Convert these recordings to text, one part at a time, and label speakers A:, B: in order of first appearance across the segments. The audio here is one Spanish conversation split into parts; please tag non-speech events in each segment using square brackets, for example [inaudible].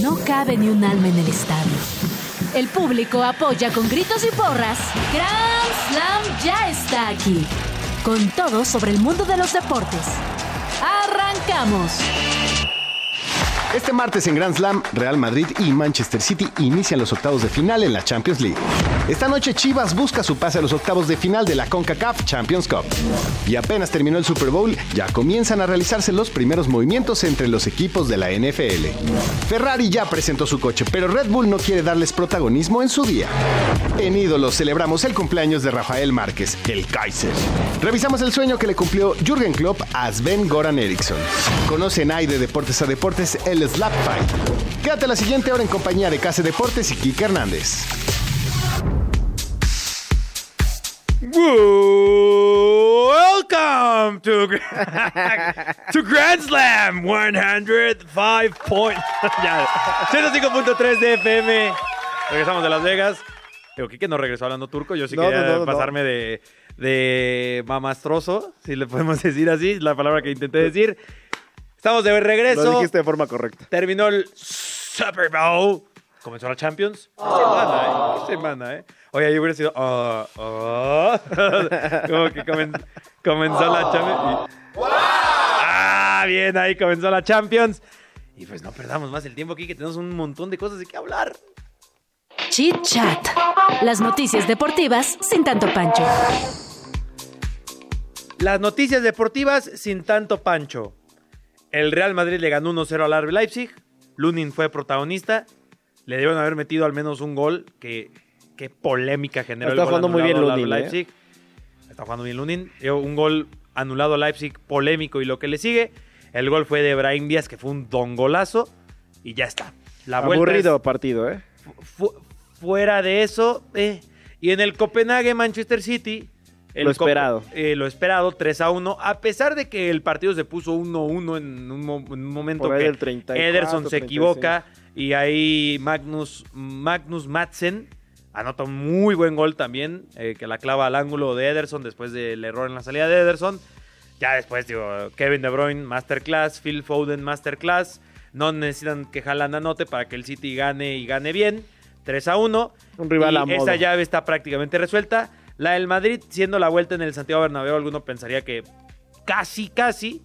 A: No cabe ni un alma en el estadio. El público apoya con gritos y porras. Grand Slam ya está aquí. Con todo sobre el mundo de los deportes. ¡Arrancamos!
B: Este martes en Grand Slam, Real Madrid y Manchester City inician los octavos de final en la Champions League. Esta noche Chivas busca su pase a los octavos de final de la CONCACAF Champions Cup. Y apenas terminó el Super Bowl, ya comienzan a realizarse los primeros movimientos entre los equipos de la NFL. Ferrari ya presentó su coche, pero Red Bull no quiere darles protagonismo en su día. En Ídolos celebramos el cumpleaños de Rafael Márquez, el Kaiser. Revisamos el sueño que le cumplió Jürgen Klopp a Sven Goran Eriksson. Conocen ahí de Deportes a Deportes el el Slap Fight. Quédate la siguiente hora en compañía de Case Deportes y Kike Hernández.
C: Welcome to, [laughs] to Grand Slam 105 point- [laughs] Ya, 105.3 de FM. Regresamos de Las Vegas. Digo, Kike no regresó hablando turco. Yo sí
D: No,
C: quería
D: no, no, no.
C: pasarme de, de mamastroso, si le podemos [laughs] decir así, la palabra que intenté decir. Estamos de
D: Lo
C: regreso.
D: dijiste de forma correcta.
C: Terminó el Super Bowl. Comenzó la Champions. Qué semana, ¿eh? Qué semana, ¿eh? Oye, yo hubiera sido. ah, ah. [laughs] Como que comen- comenzó la Champions. y- ¡Ah! Bien, ahí comenzó la Champions. Y pues no perdamos más el tiempo aquí, que tenemos un montón de cosas de qué hablar.
A: Chit Chat. Las noticias deportivas sin tanto pancho.
C: Las noticias deportivas sin tanto pancho. El Real Madrid le ganó 1-0 al RB Leipzig. Lunin fue protagonista. Le deben haber metido al menos un gol. Que, qué polémica generó
D: Está
C: el gol
D: jugando muy
C: anulado al
D: bien
C: RB
D: Lunin, ¿eh?
C: Leipzig. Está jugando bien Lunin. Eh, Un gol anulado a Leipzig, polémico y lo que le sigue. El gol fue de Brahim Díaz, que fue un dongolazo. Y ya está. La vuelta
D: Aburrido
C: es-
D: partido, ¿eh?
C: fu- fuera de eso, eh. y en el Copenhague Manchester City. el
D: Lo
C: Cop-
D: esperado.
C: eh, lo esperado, 3 a 1. A pesar de que el partido se puso 1-1 en un, mo- en un momento
D: Por ahí
C: que
D: del 34,
C: Ederson se
D: 35.
C: equivoca y ahí Magnus, Magnus Madsen anota un muy buen gol también, eh, que la clava al ángulo de Ederson después del error en la salida de Ederson. Ya después, digo, Kevin De Bruyne, Masterclass, Phil Foden, Masterclass. No necesitan que Haaland anote para que el City gane y gane bien. 3 a 1.
D: Un rival
C: y
D: a modo.
C: Esa llave está prácticamente resuelta. La del Madrid, siendo la vuelta en el Santiago Bernabéu, alguno pensaría que casi, casi.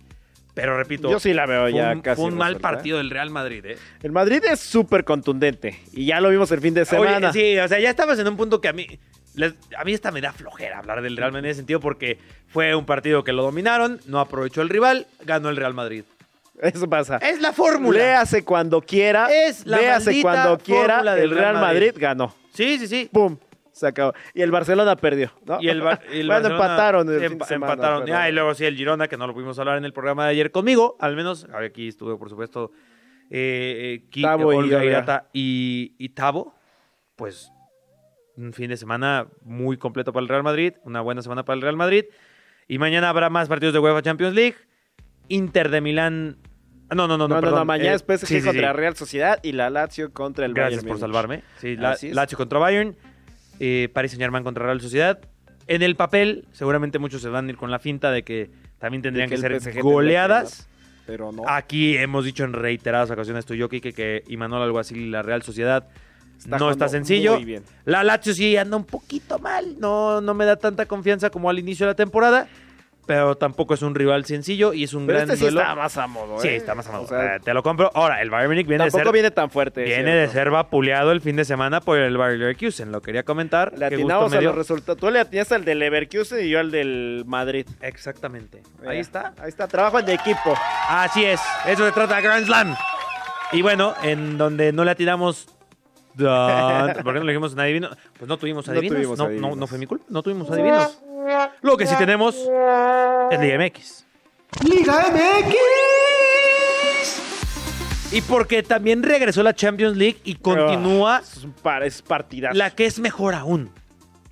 C: Pero repito,
D: Yo sí la veo
C: fue
D: ya
C: un,
D: casi.
C: fue un mal
D: resuelta, ¿eh?
C: partido del Real Madrid. ¿eh?
D: El Madrid es súper contundente. Y ya lo vimos el fin de semana.
C: Oye, sí, o sea, ya estabas en un punto que a mí. les- a mí esta me da flojera hablar del Real Madrid en ese sentido porque fue un partido que lo dominaron, no aprovechó el rival, ganó el Real Madrid.
D: Eso pasa.
C: Es la fórmula.
D: Léase cuando quiera.
C: Es la
D: léase
C: maldita
D: cuando quiera.
C: fórmula del
D: El Real
C: Real
D: Madrid,
C: Madrid.
D: ganó.
C: Sí, sí, sí.
D: ¡Pum! Se acabó. Y el Barcelona perdió. ¿no?
C: Y el, Bar- y el
D: [laughs] bueno,
C: Barcelona
D: empataron. El
C: empa-
D: fin de semana,
C: empataron.
D: pero-
C: Ah, y luego sí, el Girona, que no lo pudimos hablar en el programa de ayer conmigo, al menos. A ver, Aquí estuvo, por supuesto, eh, eh, Ki-
D: Tavo y
C: Olga
D: Gabriela.
C: Irata y, y Tavo. Pues un fin de semana muy completo para el Real Madrid, una buena semana para el Real Madrid. Y mañana habrá más partidos de UEFA Champions League. Inter de Milán. ah, No, no, no, no.
D: No, no, no,
C: perdón.
D: mañana
C: Eh,
D: es PSG
C: sí, sí,
D: contra
C: sí.
D: Real Sociedad y la Lazio contra el
C: Gracias
D: Bayern.
C: por
D: Múnich.
C: salvarme. Sí, la,
D: Así es.
C: Lazio contra Bayern, eh, Paris Saint-Germain contra Real Sociedad. En el papel, seguramente muchos se van a ir con la finta de que también tendrían
D: que
C: que,
D: el PSG
C: ser
D: tendría que
C: goleadas. Ah,
D: Pero no.
C: Aquí hemos dicho en reiteradas ocasiones tú y yo, Kike, que Imanol Alguacil y la Real Sociedad no está
D: jugando
C: sencillo.
D: Muy bien.
C: La Lazio sí anda un poquito mal. No, no me da tanta confianza como al inicio de la temporada. Pero tampoco es un rival sencillo y es un
D: Pero
C: gran
D: este sí
C: duelo.
D: está más a modo, ¿eh?
C: Sí, está más amado.
D: O sea,
C: Eh, te lo compro. Ahora, el Bayern Munich viene de
D: tampoco
C: ser
D: viene tan fuerte.
C: Viene
D: ¿cierto?
C: de ser vapuleado el fin de semana por el Bayer Leverkusen. Lo quería comentar.
D: Le
C: Qué
D: atinamos
C: gusto me
D: a
C: dio.
D: los resultados. Tú le atinaste al del Leverkusen y yo al del Madrid.
C: Exactamente.
D: Mira,
C: Ahí está.
D: Ahí está. Trabajo en equipo.
C: Así es. Eso se trata de Grand Slam. Y bueno, en donde no le atinamos. tan- ¿Por qué no le dijimos un adivino? Pues no tuvimos
D: No
C: adivinos. No,
D: tuvimos
C: no-
D: adivinos.
C: no fue mi culpa. No tuvimos adivinos. Lo que sí tenemos es Liga MX.
B: Liga MX.
C: Y porque también regresó la Champions League y continúa
D: Es, un par- es partidazo.
C: la que es mejor aún: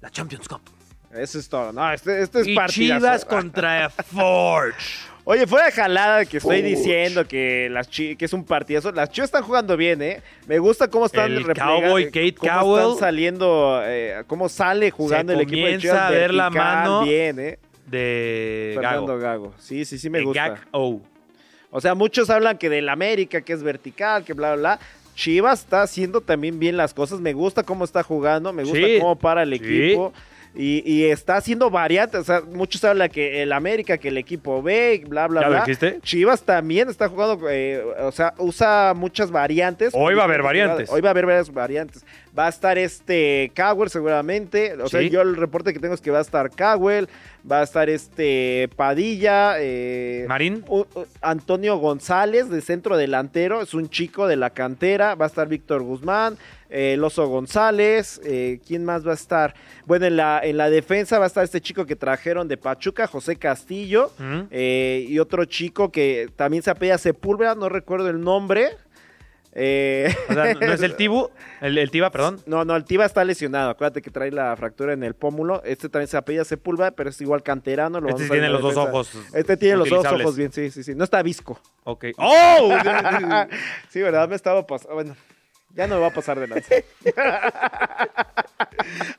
C: la Champions Cup.
D: Eso es todo. No, este, este es
C: y
D: partidazo.
C: Chivas contra [laughs] Forge.
D: Oye, fuera de jalada que estoy diciendo que, las chi- que es un partidazo. Las chivas están jugando bien, ¿eh? Me gusta cómo están
C: El
D: replega-
C: Cowboy,
D: eh,
C: Kate
D: cómo
C: Cowell.
D: están saliendo, eh, cómo sale jugando
C: Se
D: el equipo de
C: comienza
D: Chivas.
C: a ver la
D: vertical,
C: mano
D: Bien, ¿eh?
C: de
D: Fernando
C: Gago.
D: Gago. Sí, sí, sí me
C: De
D: gusta.
C: Gag O.
D: O sea, muchos hablan que del América, que es vertical, que bla, bla, bla. Chivas está haciendo también bien las cosas. Me gusta cómo está jugando, me gusta
C: Sí.
D: cómo para el
C: Sí.
D: equipo. Y, y está haciendo variantes. O sea, muchos hablan que el América, que el equipo B, bla, bla,
C: ¿Ya lo
D: bla.
C: dijiste?
D: Chivas también está jugando, eh, o sea, usa muchas variantes.
C: Hoy va a haber variantes.
D: Hoy va a haber varias variantes. Va a estar este Cowell seguramente. O sea,
C: Sí.
D: yo el reporte que tengo es que va a estar Cowell, va a estar este Padilla, eh,
C: Marín.
D: u- u- Antonio González de centro delantero, es un chico de la cantera, va a estar Víctor Guzmán, eh, el Oso González, eh, ¿quién más va a estar? Bueno, en la, en la defensa va a estar este chico que trajeron de Pachuca, José Castillo,
C: Ujú.
D: eh, y otro chico que también se apellida Sepúlveda, no recuerdo el nombre. Eh, [laughs]
C: O sea, no es el Tibu, el, el Tiba, perdón.
D: no, no, el Tiva está lesionado. Acuérdate que trae la fractura en el pómulo. Este también se apellida Sepúlveda, pero es igual canterano. Lo
C: Este
D: vamos
C: sí
D: a ver
C: tiene
D: en la
C: los dos
D: defensa.
C: ojos.
D: Este tiene los dos
C: utilizables.
D: ojos bien, sí, sí, sí. No está visco.
C: Ok. ¡Oh!
D: sí, ¿verdad? Me estaba pasando. Bueno, ya no me va a pasar de lanza.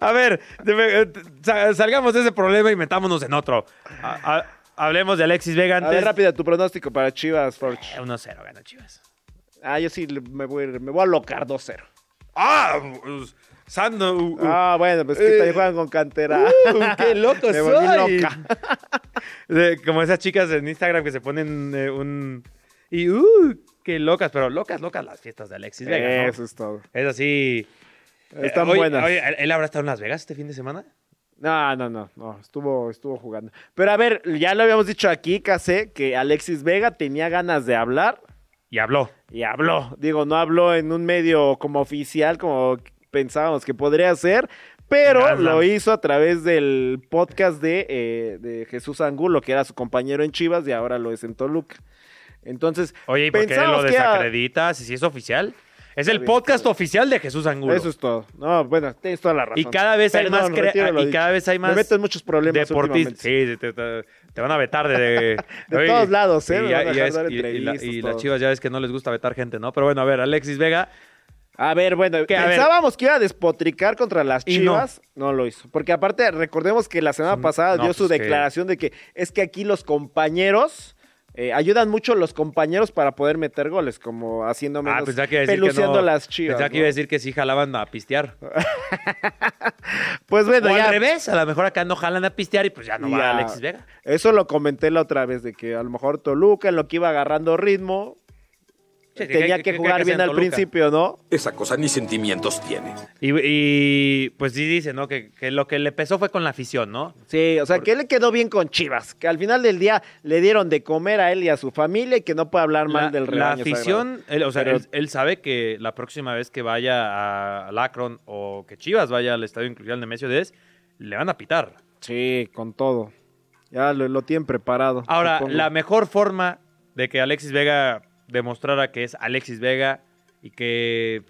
C: A ver, debe- eh, sa- salgamos de ese problema y metámonos en otro. A- a- hablemos de Alexis Vega
D: A
C: antes.
D: ver, rápida, tu pronóstico para Chivas, Forge.
C: 1-0 gana Chivas.
D: Ah, yo sí le- me voy, me voy a locar 2-0.
C: ¡Ah! Pues, Sando. uh, uh.
D: Ah, bueno, pues que
C: Eh.
D: también juegan con cantera.
C: [laughs] ¡Qué loco
D: [laughs] Me volví
C: soy!
D: loca.
C: De- Como esas chicas en Instagram que se ponen eh, un... Y ¡uh! ¡Qué locas! Pero locas, locas las fiestas de Alexis Vega, ¿no?
D: Eso es todo.
C: Es así... eh,
D: Están
C: oye,
D: buenas.
C: oye, ¿Él habrá estado en Las Vegas este fin de semana?
D: No, no, no, no, estuvo, estuvo jugando. Pero a ver, ya lo habíamos dicho aquí, Case, que Alexis Vega tenía ganas de hablar
C: Y habló.
D: y habló. Digo, no habló en un medio como oficial, como pensábamos que podría ser, pero
C: Nada.
D: lo hizo a través del podcast de, eh, de Jesús Angulo, que era su compañero en Chivas y ahora lo es en Toluca. Entonces,
C: Oye, ¿y por qué lo
D: pensamos que a-
C: desacreditas? ¿Y si es oficial? Es
D: Está
C: el
D: bien,
C: podcast
D: está bien.
C: oficial de Jesús Angulo.
D: Eso es todo. No, bueno, tienes toda la razón.
C: Y cada vez hay más crea-
D: retiro lo
C: y
D: dicho.
C: cada vez hay más
D: Me meto en muchos problemas
C: Deportistas. Sí,
D: últimamente.
C: sí, te, te- te van a vetar de,
D: [laughs] De
C: Oye,
D: todos lados, ¿eh? Me
C: Y, ya-
D: van a
C: y
D: dejar
C: es-
D: dar
C: y- y la- y
D: entrevistas,
C: las
D: todo.
C: chivas ya ves que no les gusta vetar gente, ¿no? Pero bueno, a ver, Alexis Vega.
D: A ver, bueno,
C: Que, a ver.
D: pensábamos que iba a despotricar contra las
C: Y no.
D: Chivas, no. lo hizo. Porque aparte, recordemos que la semana pasada
C: no,
D: dio su
C: pues que-
D: declaración de que es que aquí los compañeros eh, ayudan mucho los compañeros para poder meter goles, como haciendo menos,
C: Ah, pensaba que iba a decir que
D: peluceando
C: no.
D: a las Chivas.
C: Pensaba que
D: ¿no?
C: iba a decir que sí jalaban a pistear.
D: Pues bueno,
C: o
D: ya,
C: al revés, a lo mejor acá no jalan a pistear y pues ya no va
D: ya-
C: Alexis Vega.
D: Eso lo comenté la otra vez, de que a lo mejor Toluca en lo que iba agarrando ritmo
C: Sí, que-
D: tenía
C: que-
D: que,
C: que-
D: jugar
C: que
D: bien
C: sea en
D: al
C: Toluca.
D: principio, ¿no?
E: Esa cosa ni sentimientos tiene.
C: Y, y, pues sí dice, ¿no? Que, que lo que le pesó fue con la afición, ¿no?
D: Sí, o sea, que le quedó bien con Chivas, que al final del día le dieron de comer a él y a su familia y que no puede hablar mal del rebaño. sagrado.
C: afición, él- o sea,
D: Pero-
C: él, él sabe que la próxima vez que vaya a Lacron o que Chivas vaya al Estadio Inclusión de Nemesio 10, le van a pitar.
D: Sí, con todo. Ya lo, lo tienen preparado.
C: Ahora,
D: supongo.
C: la mejor forma de que Alexis Vega demostrara que es Alexis Vega y que...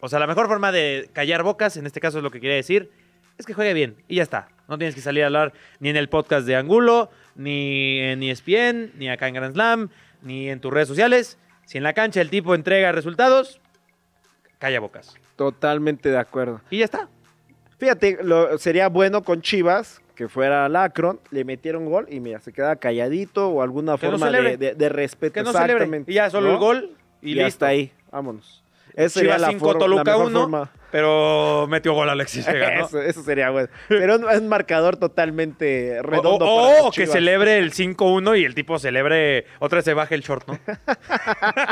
C: O sea, la mejor forma de callar bocas, en este caso es lo que quería decir, es que juegue bien y ya está. No tienes que salir a hablar ni en el podcast de Angulo, ni en E ESPN, ni acá en Grand Slam, ni en tus redes sociales. Si en la cancha el tipo entrega resultados, calla bocas.
D: Totalmente de acuerdo.
C: Y ya está.
D: Fíjate, lo- sería bueno con Chivas que fuera al Akron, le metieron gol y mira, se queda calladito o alguna
C: Que no
D: forma de,
C: celebre.
D: de, de respeto.
C: Que no celebre.
D: Exactamente,
C: Y ya solo
D: ¿no?
C: el gol y,
D: ya
C: listo.
D: está ahí. Vámonos. Esa sería
C: Chivas
D: la,
C: 5,
D: for- la
C: Toluca
D: mejor
C: 1,
D: forma.
C: pero metió gol Alexis Vega, ¿no?
D: [laughs] Eso, eso sería bueno. Pero un- es un marcador totalmente
C: O,
D: redondo.
C: o-
D: para
C: o
D: las
C: Oh, que
D: Chivas.
C: celebre el 5-1 y el tipo celebre, otra vez se baje el short,
D: [laughs]
C: ¿no?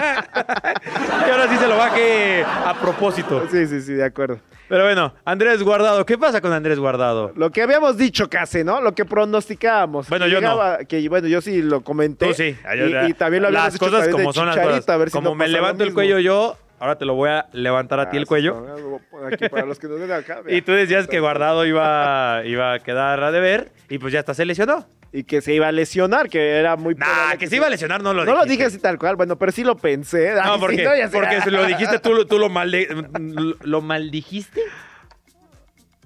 C: y ahora sí se lo baje a propósito.
D: Sí, sí, sí, de acuerdo.
C: Pero bueno, Andrés Guardado, ¿qué pasa con Andrés Guardado?
D: Lo que habíamos dicho casi, ¿no? Lo que pronosticábamos.
C: Bueno,
D: Que
C: yo
D: llegaba- Que, bueno, yo sí lo comenté.
C: Tú sí. Ah,
D: Eh, Y, y también lo habíamos
C: Las
D: dicho
C: cosas
D: también de
C: como son las
D: Chicharito,
C: cosas.
D: a ver si
C: como
D: no
C: me
D: pasa lo
C: levanto el
D: mismo.
C: cuello yo, ahora te lo voy a levantar a ti
D: Ah,
C: el
D: sí,
C: cuello.
D: está, lo voy a poner aquí para los que nos ven acá,
C: [laughs] Y
D: vean.
C: tú decías que Guardado iba, iba a quedar a deber y pues ya hasta se lesionó.
D: Y que se iba a lesionar, que era muy
C: Nah,
D: probable
C: que se iba a lesionar, no lo
D: No lo
C: dijiste.
D: dije así tal cual, bueno, pero sí lo pensé. [laughs] Ay,
C: No,
D: sí,
C: porque,
D: ya sé.
C: porque se lo dijiste, tú, lo- tú lo, malde, lo maldijiste.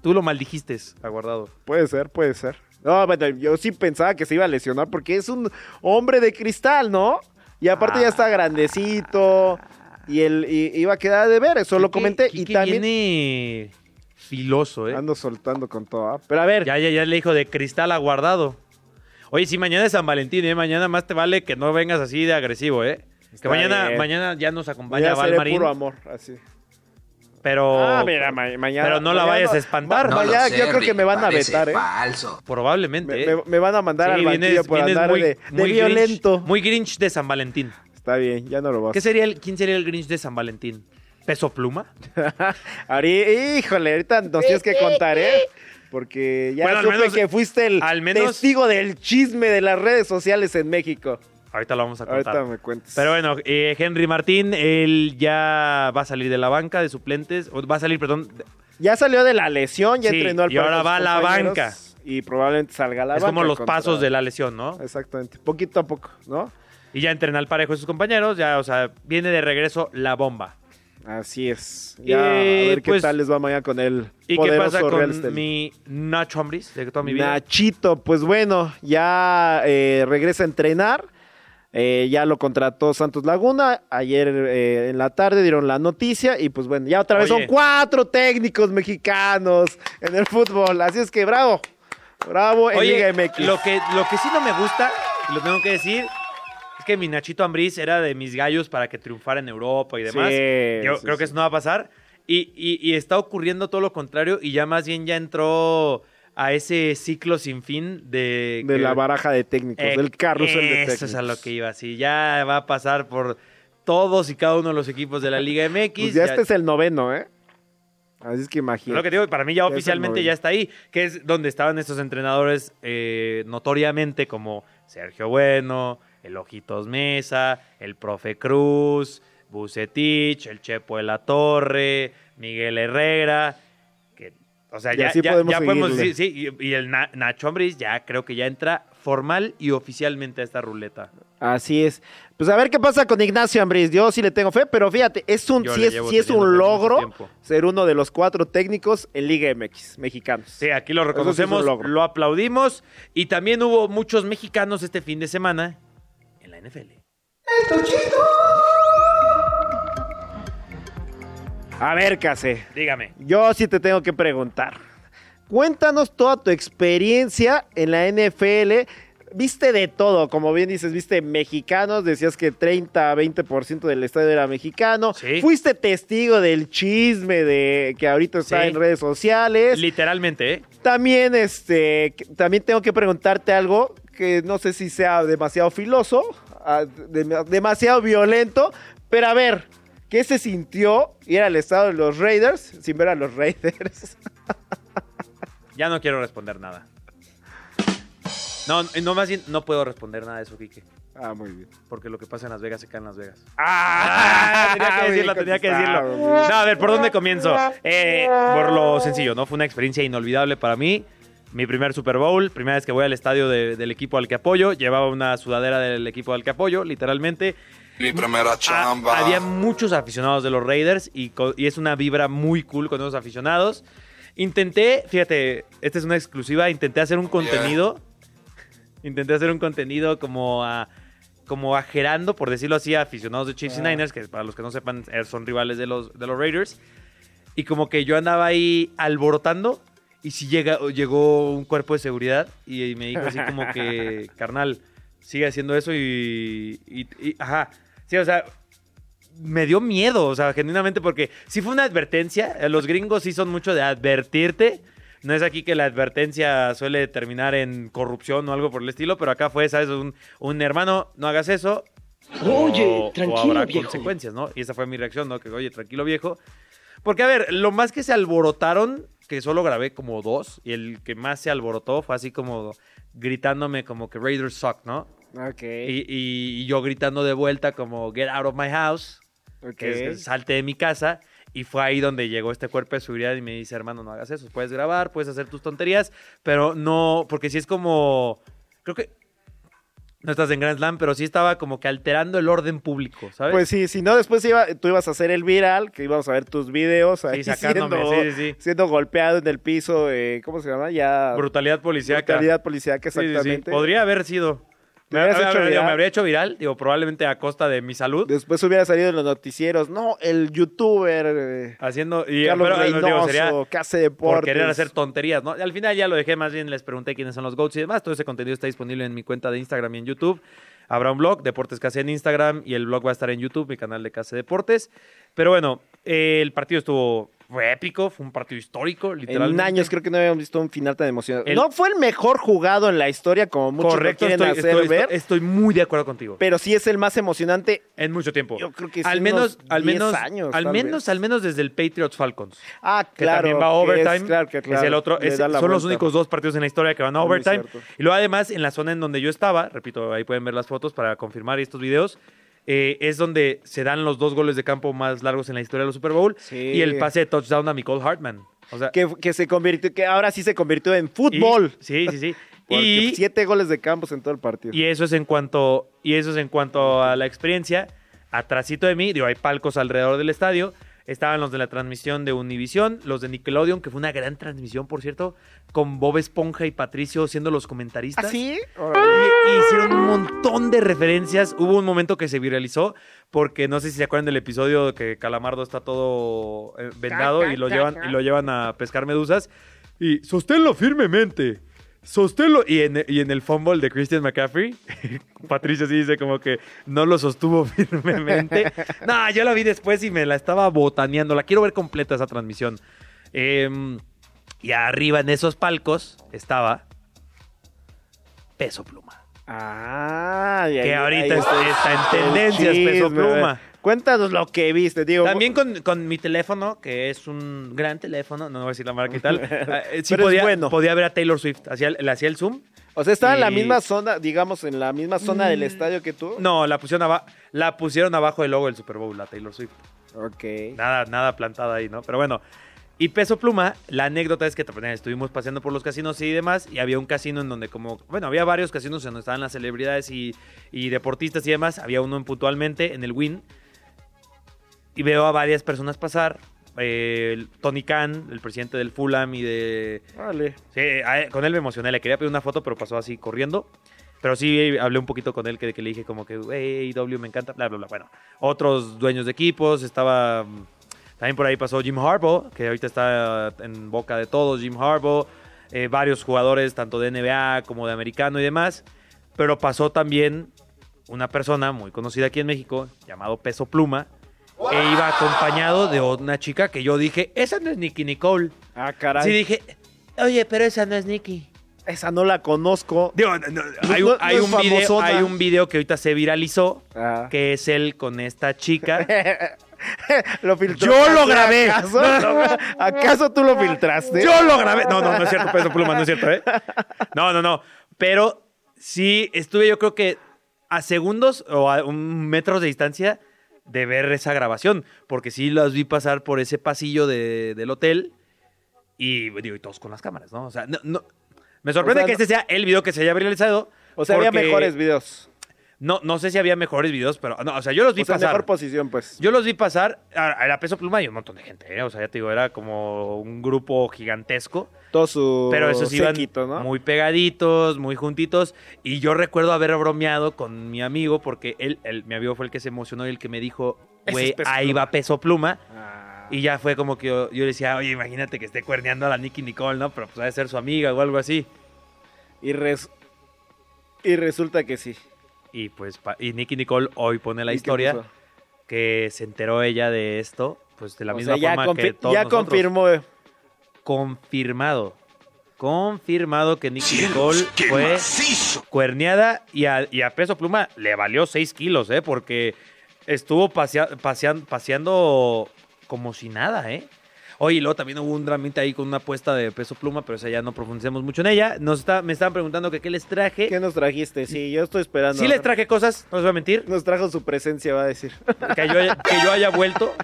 C: Tú lo maldijiste, aguardado.
D: Puede ser, puede ser. No, bueno, yo sí pensaba que se iba a lesionar porque es un hombre de cristal, ¿no? Y aparte ya
C: Ah.
D: está grandecito y él y- iba a quedar de ver, eso lo
C: Quique-
D: comenté. Y
C: Quique
D: también
C: viene filoso, ¿eh?
D: ando soltando con todo. ¿ah? Pero a ver,
C: Ya, ya, ya le dijo de cristal aguardado. Oye, si mañana es San Valentín, ¿eh? Mañana más te vale que no vengas así de agresivo, ¿eh? Que
D: Está
C: mañana,
D: bien.
C: mañana ya nos
D: Mañana
C: acompaña
D: seré
C: Val Marín.
D: puro amor, así.
C: Pero.
D: Ah, mira, ma- mañana.
C: Oh, Pero no la
D: mañana-
C: vayas a espantar.
D: ma-
F: No lo
D: mañana
F: sé,
D: yo creo
F: Rick,
D: que me van a
F: parece
D: vetar, ¿eh?
F: Falso.
C: Probablemente.
D: Me,
C: ¿eh?
D: me- me van a mandar al
C: Sí,
D: banquillo por
C: vienes
D: andar de, de
C: muy
D: violento.
C: Grinch, muy Grinch de San Valentín.
D: Está bien, ya no lo vas
C: ¿Qué sería el, ¿Quién sería el Grinch de San Valentín? ¿Peso pluma?
D: [laughs] Ari, híjole, ahorita nos tienes que contar, ¿eh? Porque ya
C: Bueno, al
D: supe
C: menos-
D: que fuiste el
C: al menos-
D: testigo del chisme de las redes sociales en México.
C: Ahorita lo vamos a contar.
D: Ahorita me cuentas.
C: Pero bueno, eh, Henry Martín, él ya va a salir de la banca de suplentes. o Va a salir, perdón.
D: ya salió de la lesión, ya
C: Sí,
D: entrenó al
C: y ahora
D: par de
C: va a
D: sus
C: la
D: compañeros
C: banca.
D: Y probablemente salga a la
C: es
D: banca.
C: como los
D: contra-
C: pasos de la lesión, ¿no?
D: Exactamente, poquito a poco, ¿no?
C: Y ya entrena al parejo de sus compañeros. Ya, o sea, viene de regreso la bomba.
D: Así es. Ya,
C: Eh,
D: a ver qué
C: pues-
D: tal les va mañana con el
C: ¿Y qué
D: poderoso
C: pasa
D: Real
C: con
D: Estelí.
C: mi Nacho Ambris de toda mi vida?
D: Nachito, pues bueno, ya eh, regresa a entrenar. Eh, ya lo contrató Santos Laguna. Ayer eh, en la tarde dieron la noticia. Y pues bueno, ya otra vez
C: Oye.
D: son cuatro técnicos mexicanos en el fútbol. Así es que bravo. Bravo en Liga
C: Oye,
D: MX.
C: Lo, que, lo que sí no me gusta, y lo tengo que decir, es que mi Nachito Ambriz era de mis gallos para que triunfara en Europa y demás.
D: Sí,
C: Yo
D: sí,
C: creo que
D: sí.
C: eso no va a pasar. Y, y- y está ocurriendo todo lo contrario y ya más bien ya entró a ese ciclo sin fin de...
D: De
C: que-
D: la baraja de técnicos,
C: Eh,
D: del carrusel de técnicos.
C: Eso es a lo que iba, sí. Ya va a pasar por todos y cada uno de los equipos de la Liga MX.
D: Pues ya,
C: ya-
D: este es el noveno, ¿eh? Así es que imagínate.
C: lo que te digo, para mí ya
D: es el
C: oficialmente
D: noveno.
C: ya está ahí, que es donde estaban estos entrenadores eh, notoriamente como Sergio Bueno, el Ojitos Mesa, el Profe Cruz, Bucetich, el Chepo de la Torre, Miguel Herrera, que, o sea,
D: Y
C: ya,
D: así
C: ya-
D: podemos
C: ya podemos
D: seguirle.
C: decir, sí, y, y el Na- Nacho Ambriz ya creo que ya entra formal y oficialmente a esta ruleta.
D: Así es. Pues a ver qué pasa con Ignacio Ambriz. Yo sí le tengo fe, pero fíjate, es un,
C: Yo
D: sí
C: le
D: es,
C: llevo
D: sí es
C: teniendo
D: un
C: fe mucho
D: logro
C: tiempo.
D: ser uno de los cuatro técnicos en Liga MX, mexicanos.
C: Sí, aquí lo
D: Eso sí es un
C: reconocemos,
D: logro.
C: lo aplaudimos y también hubo muchos mexicanos este fin de semana en la NFL.
D: A ver, Case,
C: Dígame.
D: yo sí te tengo que preguntar. Cuéntanos toda tu experiencia en la NFL. Viste de todo, como bien dices, viste mexicanos, decías que 30 a 20% del estadio era mexicano.
C: Sí.
D: Fuiste testigo del chisme de que ahorita está
C: Sí.
D: en redes sociales.
C: Literalmente, ¿eh?
D: También, este, que- también tengo que preguntarte algo que no sé si sea demasiado filoso, ah, de- demasiado violento, pero a ver, ¿qué se sintió ir al estado de los Raiders sin ver a los
C: [laughs]
D: Raiders?
C: Ya no quiero responder nada. No, no más bien, no puedo responder nada de eso, Quique.
D: Ah, muy bien.
C: Porque lo que pasa en Las Vegas se cae en Las Vegas.
D: Ah, [laughs]
C: tenía que decirlo, tenía que decirlo. No, a ver, ¿por dónde comienzo? Eh, por lo sencillo, ¿no? Fue una experiencia inolvidable para mí. Mi primer Super Bowl, primera vez que voy al estadio de- del equipo al que apoyo. Llevaba una sudadera del equipo al que apoyo, literalmente.
E: Mi primera
C: Ah,
E: chamba.
C: había muchos aficionados de los Raiders y, co- y es una vibra muy cool con esos aficionados. Intenté, fíjate, esta es una exclusiva, intenté hacer un contenido. [laughs] Intenté hacer un contenido como a como ajerando, por decirlo así, a aficionados de Chiefs y Niners, que para los que no sepan eh, son rivales de los, de los Raiders. Y como que yo andaba ahí alborotando y si llega, llegó un cuerpo de seguridad y me dijo así como que, carnal, sigue haciendo eso y, y- y- Ajá. Sí, o sea, me dio miedo, o sea, genuinamente porque sí fue una advertencia. eh, Los gringos sí son mucho de advertirte. No es aquí que la advertencia suele terminar en corrupción o algo por el estilo, pero acá fue, ¿sabes? Un, un hermano, no hagas eso.
G: Oye,
C: o-
G: tranquilo,
C: o habrá
G: viejo.
C: consecuencias, ¿no? Y esa fue mi reacción, ¿no? Que, oye, tranquilo, viejo. Porque, a ver, lo más que se alborotaron, que solo grabé como dos, y el que más se alborotó fue así como gritándome como que Raiders suck, ¿no?
D: Ok,
C: Y, y- y yo gritando de vuelta como get out of my house,
D: ok.
C: que es- es, salte de mi casa. Y fue ahí donde llegó este cuerpo de seguridad y me dice, hermano, no hagas eso, puedes grabar, puedes hacer tus tonterías, pero no, porque si es como, creo que no estás en Grand Slam, pero sí estaba como que alterando el orden público, ¿sabes?
D: Pues sí, si no, después iba, tú ibas a hacer el viral, que íbamos a ver tus videos ahí
C: y sacándome,
D: siendo,
C: sí, sí, sí.
D: siendo golpeado en el piso, eh, ¿cómo se llama? Ya...
C: Brutalidad policíaca.
D: Brutalidad policíaca,
C: Sí, sí, sí.
D: exactamente.
C: Podría haber sido.
D: Te hubieras
C: habría-
D: hecho
C: digo,
D: viral.
C: me habría hecho viral, digo, probablemente a costa de mi salud.
D: Después hubiera salido en los noticieros. No, el youtuber eh,
C: Haciendo. Y,
D: Carlos
C: pero, digo,
D: Reynoso,
C: sería-
D: que hace
C: por
D: deportes.
C: querer hacer tonterías, ¿no? Al final ya lo dejé, más bien les pregunté quiénes son los GOATs y demás. Todo ese contenido está disponible en mi cuenta de Instagram y en YouTube. Habrá un blog, Deportes Casi en Instagram, y el blog va a estar en YouTube, mi canal de Casi Deportes. Pero bueno, eh, el partido estuvo fue épico, fue un partido histórico, literalmente.
D: En años creo que no habíamos visto un final tan emocionante.
C: El-
D: no fue el mejor jugado en la historia, como muchos lo
C: Correcto,
D: quieren
C: estoy,
D: hacer
C: estoy-
D: ver,
C: estoy- estoy muy de acuerdo contigo.
D: pero sí es el más emocionante.
C: En mucho tiempo.
D: Yo creo que sí,
C: al menos,
D: unos
C: al
D: 10
C: menos,
D: años,
C: al
D: tal
C: menos,
D: vez.
C: al menos desde el Patriots Falcons.
D: Ah,
C: Que
D: claro.
C: también va a
D: que es-
C: overtime.
D: claro, que claro,
C: es el otro,
D: le
C: es-
D: da
C: son
D: la
C: los
D: vuelta.
C: únicos dos partidos en la historia que van a
D: Muy
C: overtime.
D: cierto.
C: Y luego además, en la zona en donde yo estaba, repito, ahí pueden ver las fotos para confirmar estos videos. eh, es donde se dan los dos goles de campo más largos en la historia del Super Bowl
D: Sí.
C: y el pase de touchdown a Nicole Hartman. O sea,
D: Que, que se convirtió, que ahora sí se convirtió en
C: y-
D: fútbol.
C: Sí, sí, sí.
D: [laughs] Porque pues,
C: y,
D: siete goles de campos en todo el partido.
C: Y eso es en cuanto y eso es en cuanto a la experiencia. Atrasito de mí, digo, hay palcos alrededor del estadio. Estaban los de la transmisión de Univisión, los de Nickelodeon, que fue una gran transmisión, por cierto, con Bob Esponja y Patricio siendo los comentaristas.
D: ¿Ah, sí?
C: Y- y hicieron un montón de referencias. Hubo un momento que se viralizó, porque no sé si se acuerdan del episodio que Calamardo está todo eh, vendado y lo llevan, y lo llevan a pescar medusas. Y sosténlo firmemente. Sosténlo. Y en, y en el fumble de Christian McCaffrey, [laughs] Patricio sí dice como que no lo sostuvo [laughs] firmemente. no, yo la vi después y me la estaba botaneando. La quiero ver completa esa transmisión. Em, y arriba en esos palcos estaba Peso Pluma.
D: Ah, y ahí-
C: Que ahorita
D: ahí
C: es- está en tendencias,
D: el
C: Peso
D: chisme, a ver.
C: Pluma.
D: Cuéntanos lo que viste, digo.
C: También con, con mi teléfono, que es un gran teléfono, no voy a decir la marca y
D: [laughs]
C: tal, ah, eh, sí
D: Pero es
C: podía,
D: bueno.
C: podía ver a Taylor Swift. Hacía el- le hacía el zoom.
D: O sea, estaba en la
C: y- Mm,
D: misma zona, digamos, en la misma zona del estadio que tú.
C: No, la pusieron, aba- la pusieron abajo del logo del Super Bowl, la Taylor Swift.
D: Ok.
C: Nada, nada plantada ahí, ¿no? Pero bueno. Y Peso Pluma, la anécdota es que pues, estuvimos paseando por los casinos y demás, y había un casino en donde como, bueno, había varios casinos en donde estaban las celebridades y, y deportistas y demás, había uno en puntualmente en el Win, y veo a varias personas pasar, eh, el Tony Khan, el presidente del Fulham y de...
D: Vale.
C: Sí, a él- con él me emocioné, le quería pedir una foto, pero pasó así corriendo. Pero sí hablé un poquito con él, que, que le dije como que, hey, W me encanta, bla, bla, bla. Bueno, otros dueños de equipos, estaba... mm, También por ahí pasó Jim Harbaugh, que ahorita está en boca de todos, Jim Harbaugh. eh, varios jugadores, tanto de NBA como de americano y demás. Pero pasó también una persona muy conocida aquí en México, llamado Peso Pluma. E iba acompañado de una chica que yo dije, esa no es Nicky Nicole.
D: Ah, caray.
C: Sí dije, oye, pero esa no es Nicky.
D: Esa no la conozco.
C: Digo, no, no, hay, un-
D: no
C: hay
D: es
C: un video,
D: famosona.
C: hay un video que ahorita se viralizó,
D: Ah.
C: que es él con esta chica.
D: lo filtró.
C: Yo lo grabé.
D: ¿Acaso, ¿Acaso tú lo filtraste?
C: Yo lo grabé. No, no, no es cierto, peso pluma, no es cierto, ¿eh? No, no, no. Pero sí estuve yo creo que a segundos o a un metro de distancia de ver esa grabación, porque sí las vi pasar por ese pasillo de- del hotel y digo, y todos con las cámaras, ¿no? O sea, no, no. me sorprende
D: O sea,
C: que
D: no-
C: este sea el video que se haya viralizado.
D: O sea, había
C: porque
D: mejores videos.
C: No, no sé si había mejores videos, pero no, o sea, yo los vi
D: O sea,
C: pasar.
D: mejor posición, pues.
C: Yo los vi pasar, a- era peso pluma y un montón de gente, ¿eh? o sea, ya te digo, era como un grupo gigantesco,
D: Todo su
C: pero esos iban
D: séquito, Oh, ¿no?
C: muy pegaditos, muy juntitos, y yo recuerdo haber bromeado con mi amigo, porque él, él- mi amigo fue el que se emocionó y el que me dijo,
D: Ese
C: güey,
D: es Peso
C: ahí
D: Pluma".
C: va peso pluma,
D: Ah.
C: y ya fue como que yo, yo le decía, oye, imagínate que esté cuerneando a la Nicky Nicole, ¿no? Pero pues ha de ser su amiga o algo así.
D: Y, res- y resulta que sí.
C: Y pues, pa- y Nicky Nicole hoy pone la
D: ¿Y qué
C: historia.
D: puso?
C: que se enteró ella de esto, pues de la
D: O
C: misma
D: sea, ya
C: forma que
D: confi-
C: todos
D: ya
C: nosotros.
D: confirmó. eh,
C: Confirmado. Confirmado que Nicky Nicole fue cuerneada y a, y a peso pluma le valió 6 kilos, ¿eh? Porque estuvo pasea- pasean- paseando como si nada, ¿eh? Oye, y luego también hubo un dramita ahí con una apuesta de peso pluma, pero esa ya no profundicemos mucho en ella. Nos está, me estaban preguntando que qué les traje.
D: ¿Qué nos trajiste? Sí, yo estoy esperando.
C: sí les traje cosas, no les voy a mentir.
D: Nos trajo su presencia, va a decir.
C: que yo, haya- que yo haya vuelto.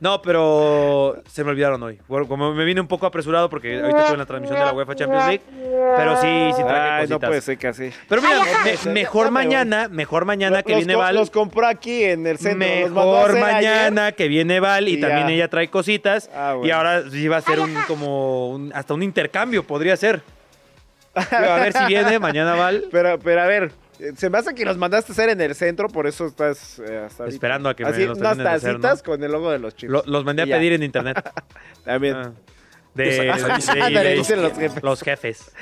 C: No, pero se me olvidaron hoy. Bueno, Como me vine un poco apresurado porque ahorita estoy en la transmisión de la UEFA Champions League. Pero sí, sí traje
D: Ay, no
C: cositas.
D: puede ser que así.
C: Pero mira, me- mejor
D: Ya, ya me voy.
C: mañana, mejor mañana que
D: los,
C: viene
D: co-
C: Val.
D: los compró aquí en el centro. los mandó a
C: Mejor
D: hacer ayer.
C: mañana que viene Val y
D: Y
C: también
D: ya.
C: ella trae cositas.
D: Ah, bueno.
C: Y ahora sí va a ser un como un- hasta un intercambio podría
D: [laughs]
C: ser. Pero a ver si viene mañana Val.
D: Pero, pero a ver, eh, se me hace que los mandaste a hacer en el centro, por eso estás eh, hasta ahorita.
C: Esperando a que me
D: Así,
C: los
D: unas
C: terminen de hacer,
D: tacitas
C: ¿no?
D: con el logo de los chicos.
C: Lo- los mandé a
D: Y ya. Pues,
C: pedir en
D: [laughs]
C: internet.
D: También.
C: Ah, De,
E: Ándale,
C: de-
D: [laughs] dicen los jefes.
C: los jefes.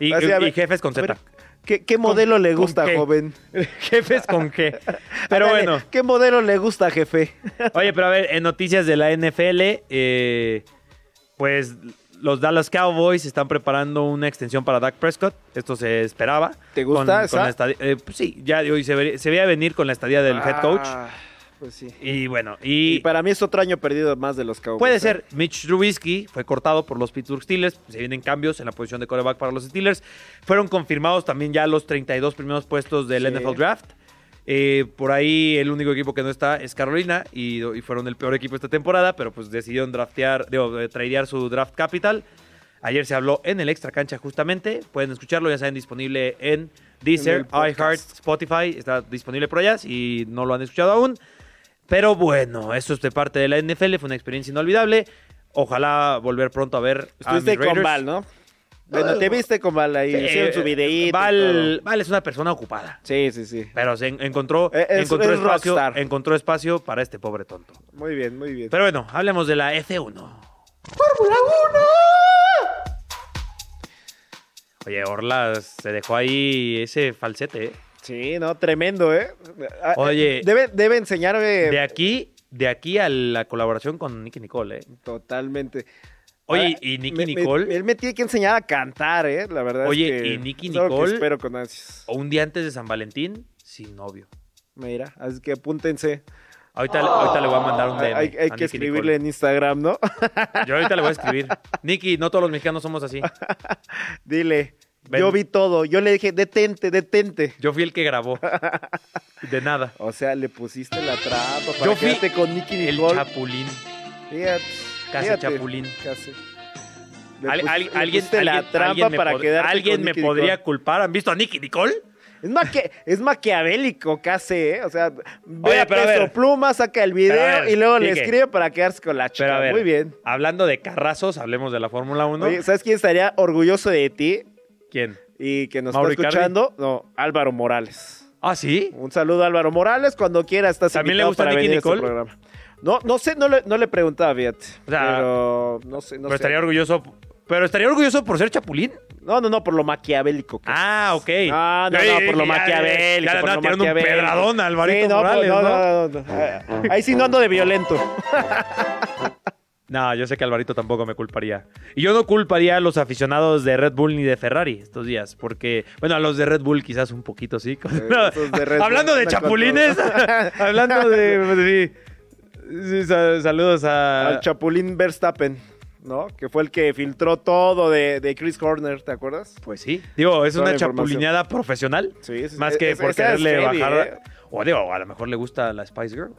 C: Y,
D: Así, a
C: y
D: ver.
C: jefes con
D: A ver,
C: Z.
D: ¿Qué, qué modelo le gusta,
C: qué?
D: joven?
C: [laughs] Jefes con qué. [laughs] Pero
D: Ándale,
C: bueno.
D: ¿Qué modelo le gusta, jefe?
C: Oye, pero a ver, en noticias de la NFL, eh, pues los Dallas Cowboys están preparando una extensión para Dak Prescott. Esto se esperaba.
D: ¿Te gusta
C: Con- con
D: esa?
C: la estadi- eh, pues sí, ya hoy se, ve- se veía venir con la estadía del head coach.
D: Ah, Pues sí.
C: Y bueno,
D: Y,
C: y,
D: para mí es otro año perdido más de los Cowboys.
C: puede
D: ¿eh?
C: ser. Mitch Trubisky fue cortado por los Pittsburgh Steelers. Se vienen cambios en la posición de quarterback para los Steelers. Fueron confirmados también ya los 32 primeros puestos del
D: Sí.
C: NFL Draft. Eh, por ahí el único equipo que no está es Carolina y, y fueron el peor equipo esta temporada, pero pues decidieron draftear, digo, eh, tradear su draft capital. Ayer se habló en el Extra Cancha justamente. Pueden escucharlo, ya saben, disponible en Deezer,
D: podcast.
C: iHeart, Spotify. Está disponible por allá si no lo han escuchado aún. Pero bueno, eso es de parte de la NFL. Fue una experiencia inolvidable. Ojalá volver pronto a ver a mis
D: Estuviste con
C: Ah, Raiders. Uh,
D: Val, ¿no? Bueno, te viste con Val ahí.
C: Eh,
D: Hicieron su videíto. y
C: Val,
D: todo.
C: Val es una persona ocupada.
D: Sí, sí, sí.
C: Pero se en- encontró,
D: Eh, es-
C: encontró,
D: es
C: espacio,
D: rockstar.
C: encontró espacio para este pobre tonto.
D: Muy bien, muy bien.
C: Pero bueno, hablemos de la F1. Oye, Orla se dejó ahí ese falsete. ¿eh?
D: Sí, no, tremendo, ¿eh? Ah,
C: Oye.
D: Debe, debe eh, enseñarme
C: De aquí, de aquí a la colaboración con Nicky Nicole. ¿eh?
D: totalmente.
C: Oye,
D: Ahora,
C: y Nicky
D: me- me-
C: Nicole.
D: él me tiene que enseñar a cantar, ¿eh? La verdad
C: Oye,
D: es que.
C: y Nicky
D: es algo que
C: Nicole-
D: espero con ansias.
C: o un día antes de San Valentín sin novio.
D: Mira, así que apúntense.
C: Ahorita, ahorita le voy a mandar un DM.
D: Ah, Hay, hay
C: a Nicky
D: que escribirle en Instagram, ¿no? [laughs]
C: Nicole. Yo ahorita le voy a escribir. Nicky, no todos los mexicanos somos así.
D: Dile.
C: Ven.
D: Yo vi todo. Yo le dije, detente, detente.
C: Yo fui el que grabó. De nada.
D: O sea, le pusiste la trampa para
C: Yo fui
D: quedarte con Nicky
C: El
D: Nicole.
C: chapulín.
D: Fíjate,
C: Casi
D: fíjate,
C: chapulín.
D: Casi. Le
C: Al-
D: pus-
C: al-
D: le
C: alguien
D: pusiste la
C: alguien-
D: trampa
C: alguien me
D: para
C: pod-
D: quedarte
C: alguien
D: con
C: me
D: Nicky
C: podría
D: Nicole.
C: culpar. ¿Han visto a Nicky Nicole?
D: Es, maquia- es maquiavélico casi, ¿eh? O sea, ve
C: Oye,
D: a
C: pero a
D: Peso
C: ver.
D: Pluma, saca el
C: Pero a
D: video
C: ver,
D: y luego le
C: Quique.
D: escribe para quedarse con la chica.
C: Pero a ver,
D: Muy bien.
C: hablando de carrazos, hablemos de la Fórmula 1.
D: Oye, ¿sabes quién estaría orgulloso de ti
C: ¿Quién?
D: y que nos
C: ¿Mauro
D: está
C: Icardi?
D: escuchando? No, Álvaro Morales.
C: ¿Ah, sí?
D: Un saludo a Álvaro Morales. Cuando quiera estás
C: ¿También le
D: invitado
C: gusta
D: para
C: Nicky
D: venir a este
C: Nicole?
D: programa. No, no sé, no le, no le preguntaba, fíjate.
C: O sea,
D: pero no sé, no
C: pero
D: sé.
C: estaría orgulloso. Pero estaría orgulloso por ser chapulín.
D: No, no, no, por lo maquiavélico que es.
C: Ah, ok.
D: Ah, no,
C: Ey,
D: no, por lo
C: ya,
D: maquiavélico.
C: Ya, le
D: por
C: andaba
D: lo
C: tirando un
D: maquiavélico.
C: pedradón a Alvarito
D: Sí, no, pues,
C: Morales, ¿no?
D: no, no, no, no. Ahí sí no ando de violento.
C: No, yo sé que Alvarito tampoco me culparía. Y yo no culparía a los aficionados de Red Bull ni de Ferrari estos días, porque, bueno, a los de Red Bull quizás un poquito, sí. [laughs] No,
D: Eh, esos de Red Bull
C: hablando de
D: andan con
C: chapulines, [laughs] hablando de... pues, sí. Sí, sa- saludos a...
D: Al Chapulín Verstappen, ¿no? Que fue el que filtró todo de, de Chris Horner, ¿te acuerdas?
C: Pues sí. Digo, es
D: Toda
C: una
D: la información.
C: chapulineada profesional.
D: Sí, sí, sí.
C: Más que
D: Es-
C: por
D: esa es
C: quererle
D: heavy,
C: bajar...
D: ¿eh?
C: O digo, a lo mejor le gusta la Spice Girl.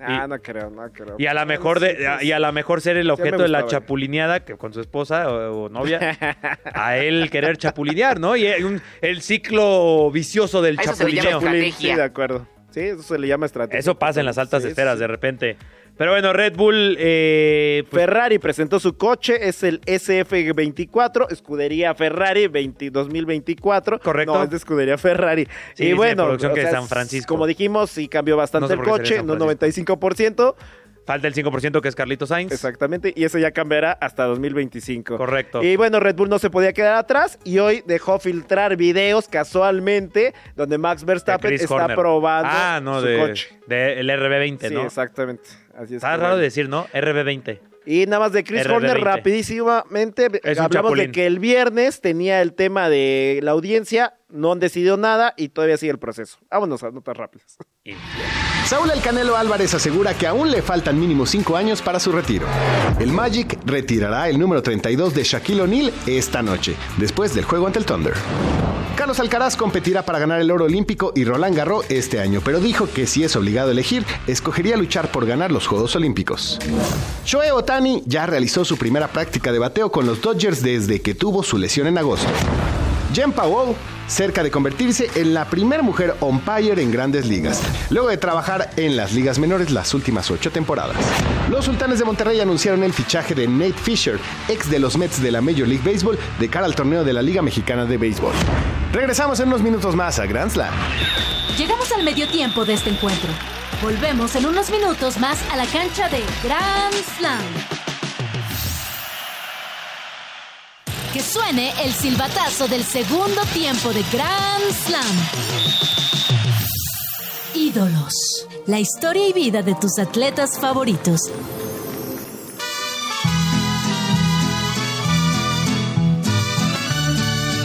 D: Ah,
C: Y-
D: no creo, no creo.
C: Y a lo mejor, de, y a la mejor ser el objeto de la
D: gustaba.
C: chapulineada que con su esposa o, o
D: [laughs]
C: novia, a él querer chapulinear, ¿no? Y eh, un- el ciclo vicioso del
F: A eso se le llama
C: chapulineo.
D: Chapulín, sí,
F: Estrategia.
D: de acuerdo. Sí, eso se le llama estrategia.
C: Eso pasa en las altas
D: Sí,
C: esferas
D: sí.
C: de repente. Pero bueno, Red Bull, eh, pues,
D: Ferrari presentó su coche, es el SF24, escudería Ferrari 20 2024.
C: Correcto.
D: No, es de escudería Ferrari.
C: Sí,
D: y
C: dice
D: bueno,
C: producción que de
D: es-
C: San Francisco.
D: como dijimos, sí cambió bastante
C: No sé
D: el
C: por qué sería
D: coche,
C: San
D: en un 95%,
C: falta el 5% que es Carlito Sainz.
D: exactamente, y eso ya cambiará hasta 2025.
C: Correcto.
D: Y bueno, Red Bull no se podía quedar atrás y hoy dejó filtrar videos casualmente donde Max
C: De
D: Verstappen
C: Chris
D: está
C: Horner.
D: probando
C: ah, no,
D: su
C: de,
D: coche.
C: de el RB20,
D: Sí,
C: ¿no?
D: exactamente. Así es
C: Está
D: que
C: raro
D: bueno.
C: decir, ¿no? RB20.
D: Y nada más de Chris
C: RD20.
D: Horner, rapidísimamente,
C: Es un
D: hablamos
C: chapulín.
D: de que el viernes tenía el tema de la audiencia, no han decidido nada y todavía sigue el proceso. Vámonos a notas rápidas.
B: Saúl El Canelo Álvarez asegura que aún le faltan mínimo 5 años para su retiro. El Magic retirará el número 32 de Shaquille O'Neal esta noche, después del juego ante el Thunder. Carlos Alcaraz competirá para ganar el oro olímpico y Roland Garros este año, pero dijo que si es obligado a elegir, escogería luchar por ganar los Juegos Olímpicos. Shohei Otani ya realizó su primera práctica de bateo con los Dodgers desde que tuvo su lesión en agosto. Jen Powell, cerca de convertirse en la primera mujer umpire en grandes ligas, luego de trabajar en las ligas menores las últimas ocho temporadas. Los Sultanes de Monterrey anunciaron el fichaje de Nate Fisher, ex de los Mets de la Major League Baseball, de cara al torneo de la Liga Mexicana de Béisbol. Regresamos en unos minutos más a Grand Slam.
A: Llegamos al medio tiempo de este encuentro. Volvemos en unos minutos más a la cancha de Grand Slam. Que suene el silbatazo del segundo tiempo de Grand Slam. Ídolos. La historia y vida de tus atletas favoritos.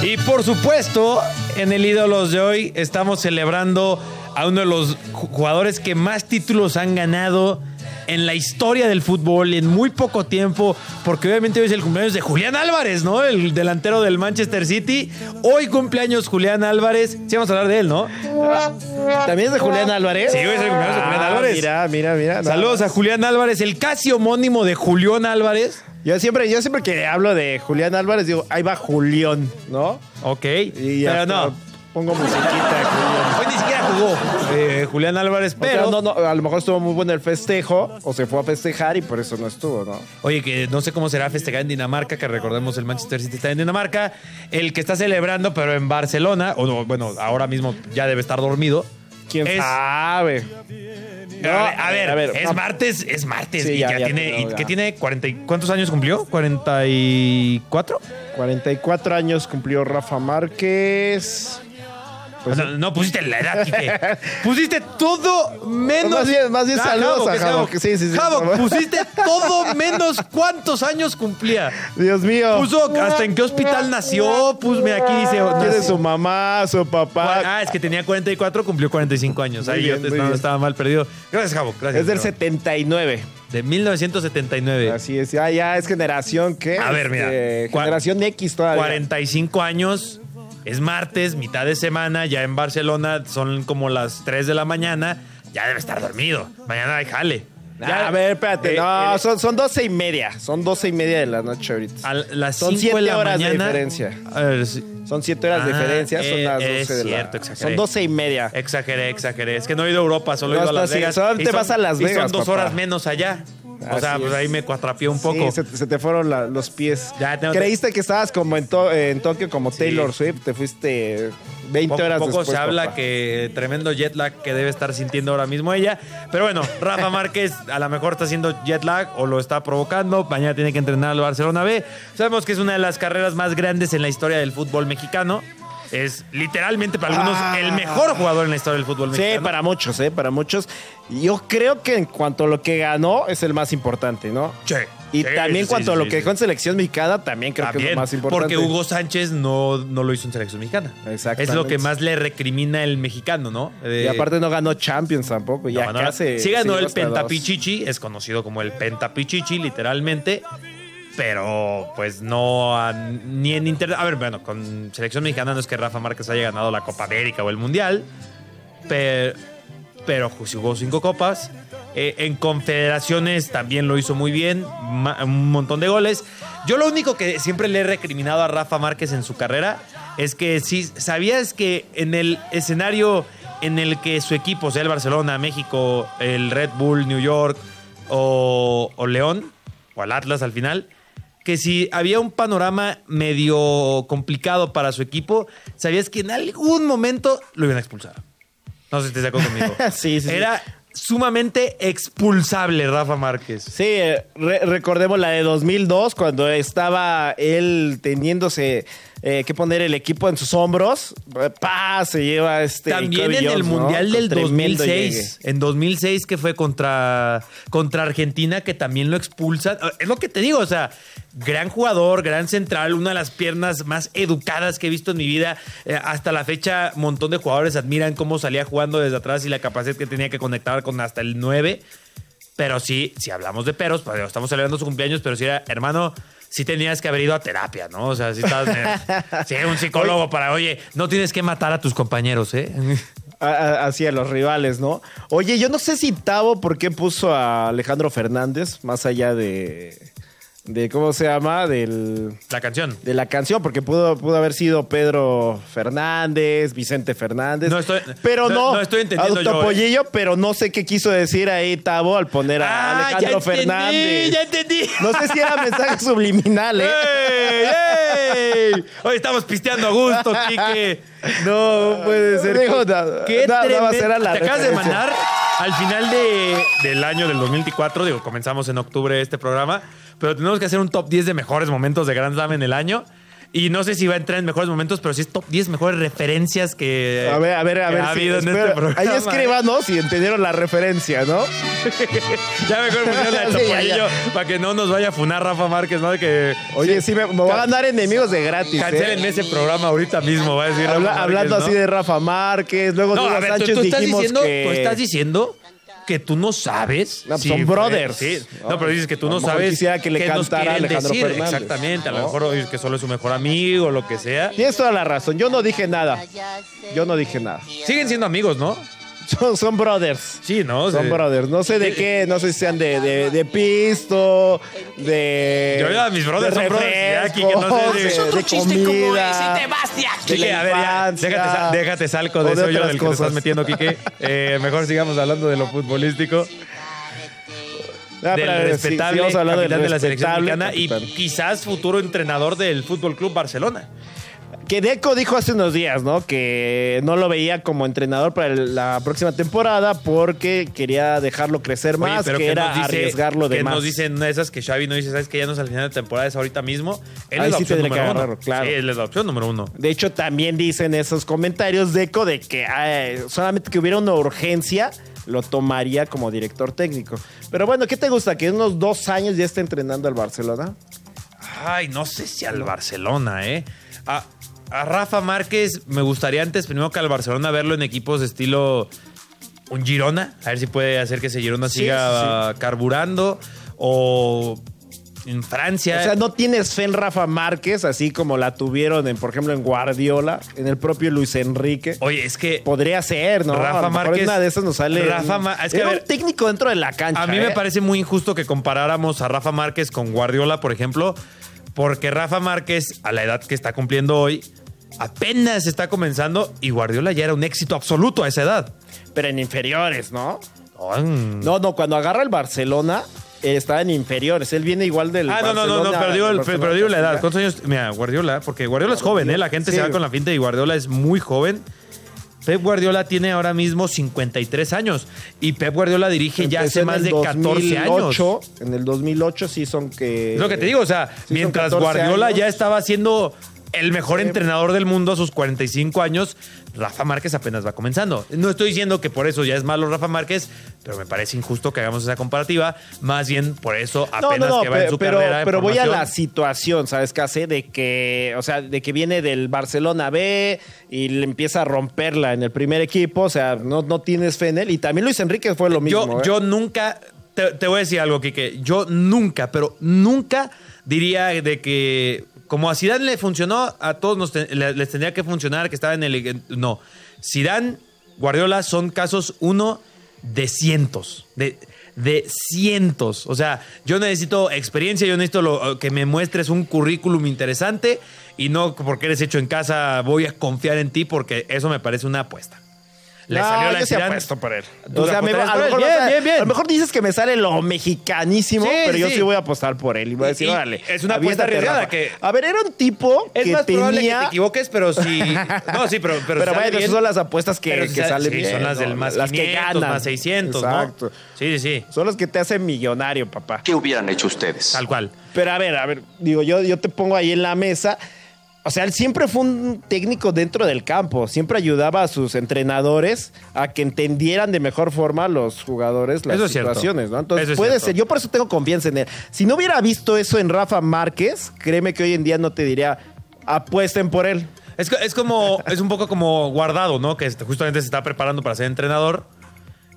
C: Y por supuesto, en el Ídolos de hoy estamos celebrando a uno de los ju- jugadores que más títulos han ganado en la historia del fútbol en muy poco tiempo, porque obviamente hoy es el cumpleaños de Julián Álvarez, ¿no? El delantero del Manchester City. Hoy cumpleaños Julián Álvarez. Sí, vamos a hablar de él, ¿no?
D: ¿También es de Julián Álvarez?
C: Sí, hoy es el cumpleaños de Julián
D: Ah,
C: Álvarez.
D: Mira, mira, mira. nada
C: Saludos a
D: más.
C: Julián Álvarez, el casi homónimo de Julián Álvarez.
D: Yo siempre, yo siempre que hablo de Julián Álvarez digo, ahí va Julián, ¿no?
C: Ok,
D: Y
C: pero
D: hasta
C: no.
D: Pongo musiquita de Julián.
C: Hoy ni siquiera jugó eh, Julián Álvarez,
D: O sea,
C: pero...
D: no, no, a lo mejor estuvo muy bueno el festejo, o se fue a festejar y por eso no estuvo, ¿no?
C: Oye, que no sé cómo será festejar en Dinamarca, que recordemos el Manchester City está en Dinamarca, el que está celebrando, pero en Barcelona, o no, bueno, ahora mismo ya debe estar dormido.
D: ¿Quién
C: Es-
D: sabe?
C: A ver, a ver,
D: a ver,
C: es
D: no.
C: martes, es martes,
D: Sí,
C: y
D: ya,
C: ya,
D: ya,
C: tiene,
D: no,
C: y
D: ya.
C: que tiene 40, y- ¿cuántos años cumplió? ¿44?
D: 44 años cumplió Rafa Márquez. Pues-
C: no, no pusiste la edad, Quique. Pusiste todo menos. Ah,
D: Más bien- más bien saludos a
C: que sea
D: Havoc. Sí, sí, sí. [laughs]
C: Havoc, pusiste todo menos cuántos años cumplía.
D: Dios mío.
C: Puso hasta en qué hospital nació. Pues mira, aquí dice.
D: ¿Quién
C: nació-
D: es su mamá, su papá?
C: Ah, es que tenía 44, cumplió 45 años.
D: Muy
C: Ahí yo
D: bien,
C: te
D: muy
C: estaba,
D: bien.
C: estaba mal perdido. Gracias, Javo. Gracias.
D: es del
C: Javo.
D: 79.
C: De 1979.
D: Así es. Ah, ya es generación, ¿qué?
C: A ver, mira.
D: Este,
C: Cua-
D: generación X todavía.
C: 45 años. Es martes, mitad de semana, ya en Barcelona son como las 3 de la mañana. Ya debe estar dormido. Mañana hay jale.
D: Ah,
C: Ya-
D: a ver, espérate.
C: Eh,
D: no,
C: eh,
D: son, son 12 y media. Son 12 y media de la noche ahorita.
C: a las
D: son
C: 5 de
D: siete
C: la
D: horas de
C: mañana.
D: diferencia.
C: A ver, sí.
D: Son 7 horas de
C: Ah,
D: diferencia. Son
C: eh,
D: las 12
C: es
D: de la
C: cierto, exageré. Eh,
D: Son 12 y media.
C: Exageré, exageré. Es que no he ido a Europa, solo he
D: No,
C: ido a
D: está
C: Las
D: así,
C: Vegas.
D: solo
C: Y
D: te vas a Las
C: y
D: Vegas,
C: son dos
D: papá.
C: horas menos allá. O sea,
D: Así
C: pues
D: es.
C: ahí me cuatrapié un poco.
D: Sí, se, se te fueron la- los pies.
C: Ya, no,
D: Creíste que estabas como en, To- en Tokio, como
C: Sí.
D: Taylor Swift. Te fuiste 20
C: Poco,
D: horas
C: poco
D: después.
C: se habla
D: papá.
C: que tremendo jet lag que debe estar sintiendo ahora mismo ella. Pero bueno,
D: [laughs]
C: Rafa Márquez a lo mejor está haciendo jet lag o lo está provocando. Mañana tiene que entrenar al Barcelona B. Sabemos que es una de las carreras más grandes en la historia del fútbol mexicano. Es literalmente para algunos
D: Ah.
C: el mejor jugador en la historia del fútbol
D: Sí,
C: mexicano.
D: para muchos, ¿eh? Para muchos. Yo creo que en cuanto a lo que ganó, es el más importante, ¿no?
C: Sí.
D: Y
C: Sí,
D: también
C: sí,
D: cuanto a
C: sí,
D: lo
C: sí,
D: que
C: sí.
D: dejó en selección mexicana, también creo que es
C: También,
D: lo más importante.
C: Porque Hugo Sánchez no, no lo hizo en selección mexicana.
D: Exactamente.
C: Es lo que más le recrimina el mexicano, ¿no?
D: Y
C: Eh,
D: aparte no ganó Champions
C: No,
D: tampoco. ya
C: ganó- sí ganó el Pentapichichi, es conocido como el Pentapichichi, literalmente. Pero, pues no, a- ni en Inter. A ver, bueno, con selección mexicana no es que Rafa Márquez haya ganado la Copa América o el Mundial. Pero, pero jugó cinco copas. Eh, en Confederaciones también lo hizo muy bien, ma- un montón de goles. Yo lo único que siempre le he recriminado a Rafa Márquez en su carrera es que si sabías que en el escenario en el que su equipo, sea el Barcelona, México, el Red Bull, New York o, o León, o al Atlas al final, que si había un panorama medio complicado para su equipo, sabías que en algún momento lo iban a expulsar. No sé si te sacó conmigo.
D: [laughs] Sí, sí, sí.
C: Era sumamente expulsable Rafa Márquez.
D: Sí, eh, re- recordemos la de 2002, cuando estaba él teniéndose eh, que poner el equipo en sus hombros. Eh, ¡Pa! Se lleva este.
C: También
D: Kobe
C: en el
D: Jones, ¿no?
C: Mundial
D: Con
C: del
D: tremendo
C: 2006. En 2006 que fue contra, contra Argentina, que también lo expulsan. Ah, Es lo que te digo, o sea, gran jugador, gran central, una de las piernas más educadas que he visto en mi vida. Eh, hasta la fecha, un montón de jugadores admiran cómo salía jugando desde atrás y la capacidad que tenía que conectar con hasta el 9. Pero sí, si hablamos de peros, pues, digo, estamos celebrando su cumpleaños, pero si era, hermano, sí tenías que haber ido a terapia, ¿no? O sea, si estabas. [laughs] eh, sí, un psicólogo para, oye, no tienes que matar a tus compañeros, ¿eh?
D: a- a- hacia los rivales, ¿no? Oye, yo no sé si Tavo por qué puso a Alejandro Fernández, más allá de, de ¿cómo se llama? Del,
C: La canción.
D: de la canción, porque pudo, pudo haber sido Pedro Fernández, Vicente Fernández.
C: No estoy-
D: pero
C: no-
D: no,
C: no estoy entendiendo
D: Adoptó
C: yo, eh.
D: Pollillo, pero no sé qué quiso decir ahí Tavo al poner a Alejandro Fernández.
C: Ah, ya entendí.
D: No sé si era mensaje
C: [laughs]
D: subliminal, ¿eh?
C: ¡Ey, ey! Hoy estamos pisteando a gusto, Quique. No puede ser.
D: Digo, no,
C: Qué
D: no, no va a
C: tremendo.
D: ser a la
C: Te acabas de
D: referencia.
C: mandar al final de- del año del 2024. Digo, comenzamos en octubre este programa, pero tenemos que hacer un top 10 de mejores momentos de Grand Slam en el año. Y no sé si va a entrar en mejores momentos, pero sí es top 10 mejores referencias que.
D: A ver, a ver, a
C: que
D: ver.
C: Ha
D: sí,
C: habido en
D: espero-
C: este programa. ¿eh?
D: Ahí escribanos si entendieron la referencia, ¿no?
C: Ya mejor pusieron la de
D: [laughs] Sí, ya, ya.
C: Topollillo para que no nos vaya a funar Rafa Márquez, ¿no? De que.
D: Oye, sí, me, me voy a ganar enemigos de gratis.
C: Cancelen
D: ¿eh?
C: ese programa ahorita mismo, va a decir Rafa
D: Habla-
C: Márquez,
D: hablando
C: ¿no?
D: así de Rafa Márquez, luego
C: No, a
D: Duda
C: ver, tú-
D: Sánchez
C: tú, estás
D: dijimos
C: diciendo,
D: que...
C: tú estás diciendo que tú no sabes.
D: No, pues son brothers.
C: sí. No, pero dices que tú
D: A
C: no
D: lo mejor
C: sabes.
D: quisiera que le
C: qué nos
D: cantara
C: quieren
D: Alejandro
C: decir.
D: Fernández,
C: Exactamente. A lo
D: ¿no?
C: mejor dices que solo es su mejor amigo o lo que sea.
D: Tienes toda la razón, yo no dije nada. Yo no dije nada.
C: Siguen siendo amigos, ¿no?
D: [laughs] Son, son brothers.
C: Sí, ¿no?
D: Son
C: Sí.
D: brothers. No sé de qué, no sé si sean de, de, de pisto, de.
C: Yo, ya, mis brothers
D: de
C: son brothers, ya, aquí que no sé
D: refrescos,
C: de-
D: de-
C: Es
D: de comida.
C: Sí,
D: de la
C: a ver, ya,
D: infancia.
C: déjate, sal- déjate salco de
D: O de
C: eso yo
D: otras
C: del que te
D: cosas.
C: estás metiendo, Quique. Eh, mejor sigamos hablando de lo futbolístico.
D: Ah,
C: del
D: pero a ver, sí, sí,
C: respetable
D: vamos a hablar del
C: capitán de la selección
D: respetable
C: mexicana y
D: capitán.
C: quizás futuro entrenador del Fútbol Club Barcelona.
D: Que Deco dijo hace unos días, ¿no? Que no lo veía como entrenador para el- la próxima temporada porque quería dejarlo crecer
C: Oye,
D: más,
C: pero
D: que
C: ¿qué
D: era
C: nos dice-
D: arriesgarlo de
C: qué
D: más.
C: nos dicen una de esas que Xavi no dice, ¿sabes que ya no es al final de temporada, es ahorita mismo? Él
D: Ahí
C: es la
D: sí
C: opción
D: tendría que
C: número uno.
D: agarrarlo, claro.
C: Sí, él es la opción número uno.
D: De hecho, también dicen esos comentarios Deco de que ay, solamente que hubiera una urgencia lo tomaría como director técnico. Pero bueno, ¿qué te gusta? ¿Que en unos dos años ya esté entrenando al Barcelona?
C: Ay, no sé si al Barcelona, ¿eh? A, a Rafa Márquez me gustaría antes, primero que al Barcelona, verlo en equipos de estilo un Girona. A ver si puede hacer que ese Girona
D: Sí,
C: siga carburando. O en Francia.
D: O sea, no tienes fe en Rafa Márquez, así como la tuvieron, en, por ejemplo, en Guardiola, en el propio Luis Enrique.
C: Oye, es que
D: Podría ser, ¿no?
C: Rafa
D: a lo mejor
C: Márquez-
D: en una de esas nos sale.
C: Rafa Ma- es que,
D: Era
C: a
D: un
C: ver,
D: técnico dentro de la cancha.
C: a mí me
D: ¿eh?
C: parece muy injusto que comparáramos a Rafa Márquez con Guardiola, por ejemplo, porque Rafa Márquez, a la edad que está cumpliendo hoy, apenas está comenzando y Guardiola ya era un éxito absoluto a esa edad.
D: Pero en inferiores, ¿no?
C: Ay,
D: No, no, cuando agarra el Barcelona, eh, estaba en inferiores. Él viene igual del.
C: Ah, no, no, no, no,
D: Barcelona-
C: pero digo, el-
D: del Barcelona
C: pero digo la edad.
D: Castilla.
C: ¿Cuántos años? Mira, Guardiola, porque Guardiola es joven, ¿eh? La gente se
D: Sí.
C: va con la finta y Guardiola es muy joven. Pep Guardiola tiene ahora mismo 53 años y Pep Guardiola dirige ya
D: Empezó
C: hace
D: en
C: más
D: el
C: de 14 años.
D: 2008, En el 2008 sí son que.
C: Es lo que te digo, o sea,
D: son
C: mientras
D: 14
C: Guardiola
D: años.
C: ya estaba siendo el mejor
D: Sí.
C: entrenador del mundo a sus 45 años, Rafa Márquez apenas va comenzando. No estoy diciendo que por eso ya es malo Rafa Márquez, pero me parece injusto que hagamos esa comparativa. Más bien por eso apenas que va
D: pe-
C: en su
D: pero,
C: carrera. de
D: pero voy a
C: formación.
D: la situación, ¿sabes qué hace? De que, o sea, de que viene del Barcelona B y le empieza a romperla en el primer equipo, o sea, no, no tienes fe en él. Y también Luis Enrique fue lo mismo.
C: Yo,
D: ¿eh?
C: yo nunca, te, te voy a decir algo, Quique. Yo nunca, pero nunca diría de que como a Zidane le funcionó, a todos nos te- le- les tendría que funcionar que estaba en el... en- No, Zidane, Guardiola son casos uno de cientos, de, de cientos. O sea, yo necesito experiencia, yo necesito lo- eh, que me muestres un currículum interesante y no porque eres hecho en casa voy a confiar en ti porque eso me parece una apuesta. Le
D: No,
C: salió la
D: yo sí
C: Zidane.
D: apuesto por él.
C: Tú
D: O sea, me-
C: apostarías
D: a,
C: por él.
D: lo mejor,
C: Bien,
D: no sé,
C: bien, bien.
D: a lo mejor dices que me sale lo mexicanísimo,
C: Sí,
D: pero yo
C: sí.
D: sí voy a apostar por él. Y voy a decir,
C: Y- y
D: órale.
C: es una apuesta
D: aviéntate,
C: arriesgada
D: Rafa.
C: que-
D: A ver, era un tipo
C: Es
D: que
C: más probable que te
D: tenía-
C: equivoques, pero
D: [laughs]
C: sí. No, sí, pero. Pero,
D: Pero
C: sale
D: bueno,
C: bien.
D: esas son las apuestas que,
C: Pero
D: que
C: sí sale-
D: salen
C: sí,
D: bien,
C: Son las
D: ¿no?
C: del más
D: Las
C: 500,
D: que ganan.
C: más 600,
D: Exacto.
C: ¿no? Sí, sí, sí.
D: Son las que te hacen millonario, papá.
E: ¿Qué hubieran hecho ustedes?
C: Tal cual.
D: Pero a ver, a ver, digo, yo, yo te pongo ahí en la mesa. O sea, él siempre fue un técnico dentro del campo. Siempre ayudaba a sus entrenadores a que entendieran de mejor forma los jugadores las
C: Eso es cierto.
D: situaciones, ¿no? Entonces
C: Eso es
D: puede
C: cierto.
D: ser. Yo por eso tengo confianza en él. Si no hubiera visto eso en Rafa Márquez, créeme que hoy en día no te diría apuesten por él.
C: Es, co- es como. Es un poco como guardado, ¿no? Que este, justamente se está preparando para ser entrenador.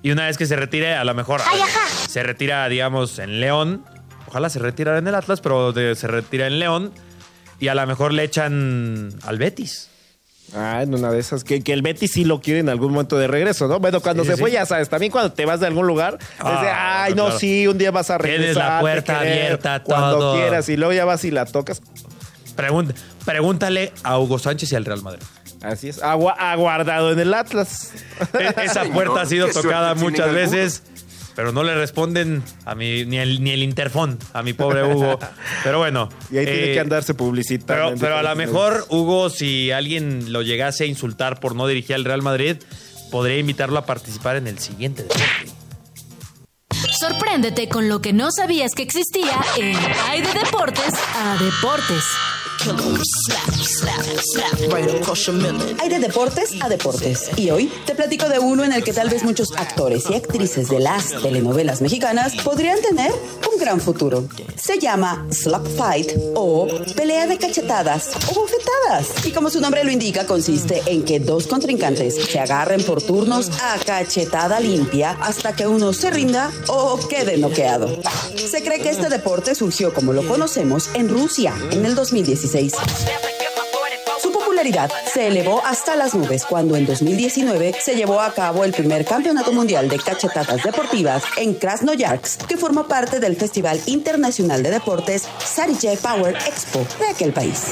C: Y una vez que se retire, a lo mejor. a ver, se retira, digamos, en León. Ojalá se retirara en el Atlas, pero de- se retira en León. Y a lo mejor le echan al Betis.
D: Ah, en una de esas. Que, que el Betis sí lo quiere en algún momento de regreso, ¿no? Bueno, cuando
C: Sí,
D: se
C: sí,
D: fue,
C: sí.
D: ya sabes, también cuando te vas de algún lugar,
C: Ah,
D: es de, ay, no,
C: claro.
D: sí, un día vas a
C: Tienes
D: regresar.
C: la
D: te
C: puerta
D: querer",
C: abierta,
D: Cuando
C: todo.
D: quieras, y luego ya vas y la tocas.
C: Pregun- pregúntale a Hugo Sánchez y al Real Madrid.
D: Así es. Agua, aguardado en el Atlas. [laughs]
C: E- Esa
E: Señor,
C: puerta ha sido
E: qué
C: tocada
E: suerte tienen
C: muchas
E: algunos.
C: veces, pero no le responden a mi, ni, el, ni el interfón, a mi pobre Hugo. Pero bueno.
D: Y ahí tiene
C: eh,
D: que andarse publicitando.
C: Pero,
D: en
C: pero a lo
D: diferentes
C: mejor,
D: medios.
C: Hugo, si alguien lo llegase a insultar por no dirigir al Real Madrid, podría invitarlo a participar en el siguiente deporte.
A: Sorpréndete con lo que no sabías que existía en Hay de Deportes a Deportes.
H: Hay de deportes a deportes. Y hoy te platico de uno en el que tal vez muchos actores y actrices de las telenovelas mexicanas podrían tener un gran futuro. Se llama Slap Fight o pelea de cachetadas o bofetadas. Y como su nombre lo indica, consiste en que dos contrincantes se agarren por turnos a cachetada limpia hasta que uno se rinda o quede noqueado. Se cree que este deporte surgió como lo conocemos en Rusia en el 2016. Su popularidad se elevó hasta las nubes cuando en 2019 se llevó a cabo el primer campeonato mundial de cachetadas deportivas en Krasnoyarsk, que forma parte del Festival Internacional de Deportes Sarije Power Expo de aquel país.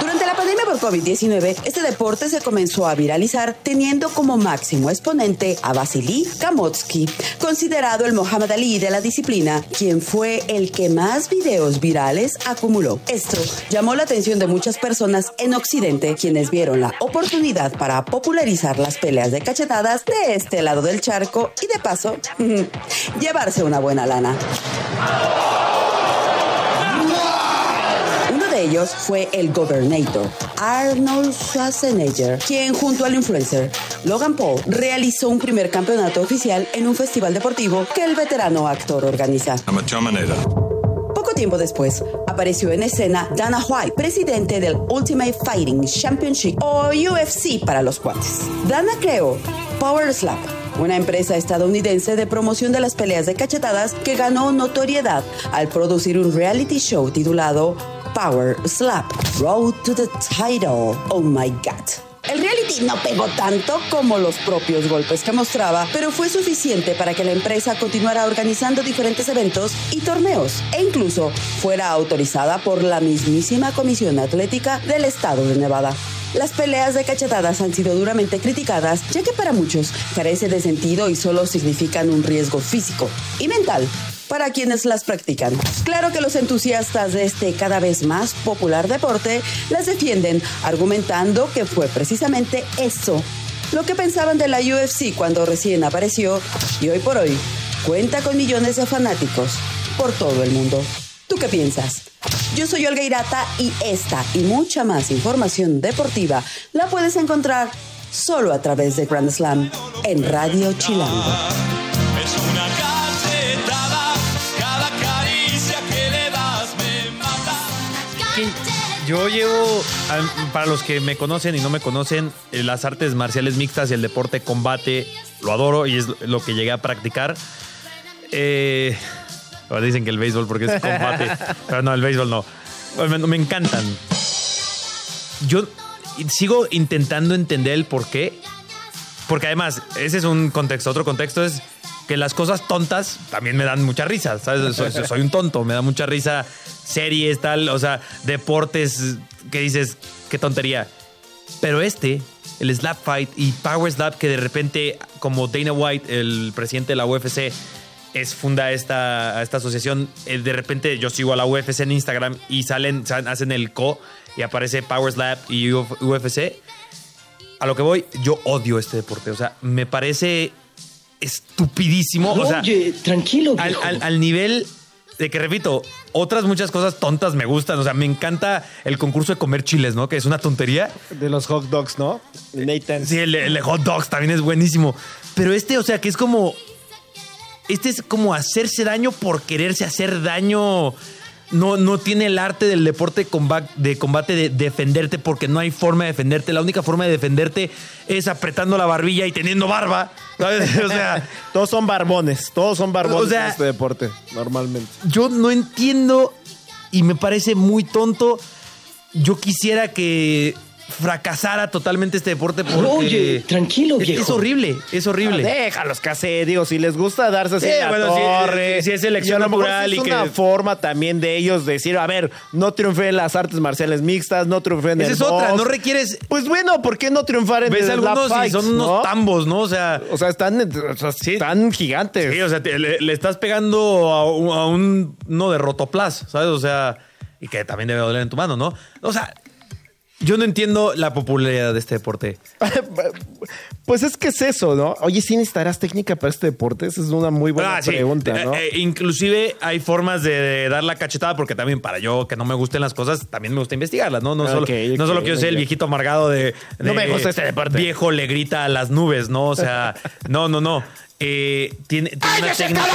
H: Durante la pandemia por COVID-19, este deporte se comenzó a viralizar teniendo como máximo exponente a Vasily Kamotsky, considerado el Mohamed Ali de la disciplina, quien fue el que más videos virales acumuló. Esto llamó la atención de muchas personas en Occidente, quienes vieron la oportunidad para popularizar las peleas de cachetadas de este lado del charco y de paso, [laughs] llevarse una buena lana. Uno de ellos fue el Gobernator, Arnold Schwarzenegger, quien junto al influencer Logan Paul realizó un primer campeonato oficial en un festival deportivo que el veterano actor organiza. Poco tiempo después, apareció en escena Dana White, presidente del Ultimate Fighting Championship o UFC para los cuates. Dana creó Power Slap, una empresa estadounidense de promoción de las peleas de cachetadas que ganó notoriedad al producir un reality show titulado Power Slap Road to the Title. Oh my God. El reality no pegó tanto como los propios golpes que mostraba, pero fue suficiente para que la empresa continuara organizando diferentes eventos y torneos, e incluso fuera autorizada por la mismísima Comisión Atlética del Estado de Nevada. Las peleas de cachetadas han sido duramente criticadas, ya que para muchos carece de sentido y solo significan un riesgo físico y mental para quienes las practican. Claro que los entusiastas de este cada vez más popular deporte las defienden, argumentando que fue precisamente eso lo que pensaban de la UFC cuando recién apareció y hoy por hoy cuenta con millones de fanáticos por todo el mundo. ¿Tú qué piensas? Yo soy Olga Irata y esta y mucha más información deportiva la puedes encontrar solo a través de Grand Slam en Radio Chilango.
C: Yo llevo, al- para los que me conocen y no me conocen, eh, las artes marciales mixtas y el deporte combate, lo adoro y es lo que llegué a practicar. Eh, ahora dicen que el béisbol porque es combate, pero no, el béisbol no. Bueno, Me, me encantan. Yo sigo intentando entender el por qué, porque además, ese es un contexto. Otro contexto es que las cosas tontas también me dan mucha risa. ¿sabes? Soy, soy- soy un tonto, me da mucha risa series, tal, o sea, deportes que dices, qué tontería. Pero este, el slap fight y power slap, que de repente, como Dana White, el presidente de la UFC, es funda esta, esta asociación. eh, De repente yo sigo a la UFC en Instagram y salen, sa- hacen el co y aparece Power Slap y Uf- UFC a lo que voy, yo odio este deporte. O sea, me parece estupidísimo. o sea,
I: tranquilo.
C: al, al- al nivel de que, repito, otras muchas cosas tontas me gustan. O sea, me encanta el concurso de comer chiles, ¿no? Que es una tontería.
D: De los hot dogs, ¿no? Nathan.
C: Eh, Sí, el, el de hot dogs también es buenísimo. Pero este, o sea, que es como. Este es como hacerse daño por quererse hacer daño. No, no tiene el arte del deporte comba- de combate de defenderte porque no hay forma de defenderte. La única forma de defenderte es apretando la barbilla y teniendo barba. ¿sabes? O sea,
D: Todos son barbones, todos son barbones
C: O sea-
D: en este deporte, normalmente.
C: yo no entiendo y me parece muy tonto. Yo quisiera que fracasara totalmente este deporte porque
I: Oye, tranquilo,
C: es- Es,
I: viejo.
C: horrible, es horrible.
D: Déjalos que hace, digo, si les gusta darse así
C: Sí,
D: en la
C: bueno, sí,
D: torre.
C: eh, sí, es elección
D: y a lo mejor
C: natural
D: sí
C: y
D: es
C: que-
D: una forma también de ellos decir, a ver, no triunfé en las artes marciales mixtas, no triunfé en
C: Esa
D: el
C: es otra,
D: box.
C: no requieres.
D: Pues bueno, ¿por qué no triunfar [laughs] en
C: Ves
D: el slap
C: algunos y
D: fights,
C: son unos
D: no?
C: tambos, ¿no? O sea.
D: O sea, están, eh, o sea,
C: Sí.
D: están gigantes.
C: sí, o sea, te- le, le estás pegando a, un- a un, uno de rotoplas, ¿sabes? O sea, y que también debe doler en tu mano, ¿no? O sea, Yo no entiendo la popularidad de este deporte.
D: [laughs] Pues es que es eso, ¿no? Oye, ¿sí necesitarás técnica para este deporte? Esa es una muy buena
C: Ah, sí.
D: pregunta,
C: Eh,
D: ¿no?
C: eh, inclusive hay formas de, dar la cachetada, porque también para yo que no me gusten las cosas, también me gusta investigarlas, ¿no? No,
D: Ah,
C: solo,
D: ok,
C: no
D: ok,
C: solo que yo sea el
D: ok.
C: viejito amargado de,
D: No
C: de-
D: me gusta este deporte.
C: Viejo le grita a las nubes, ¿no? O
D: [laughs]
C: sea, no, no, no. Eh, tiene tiene una técnica.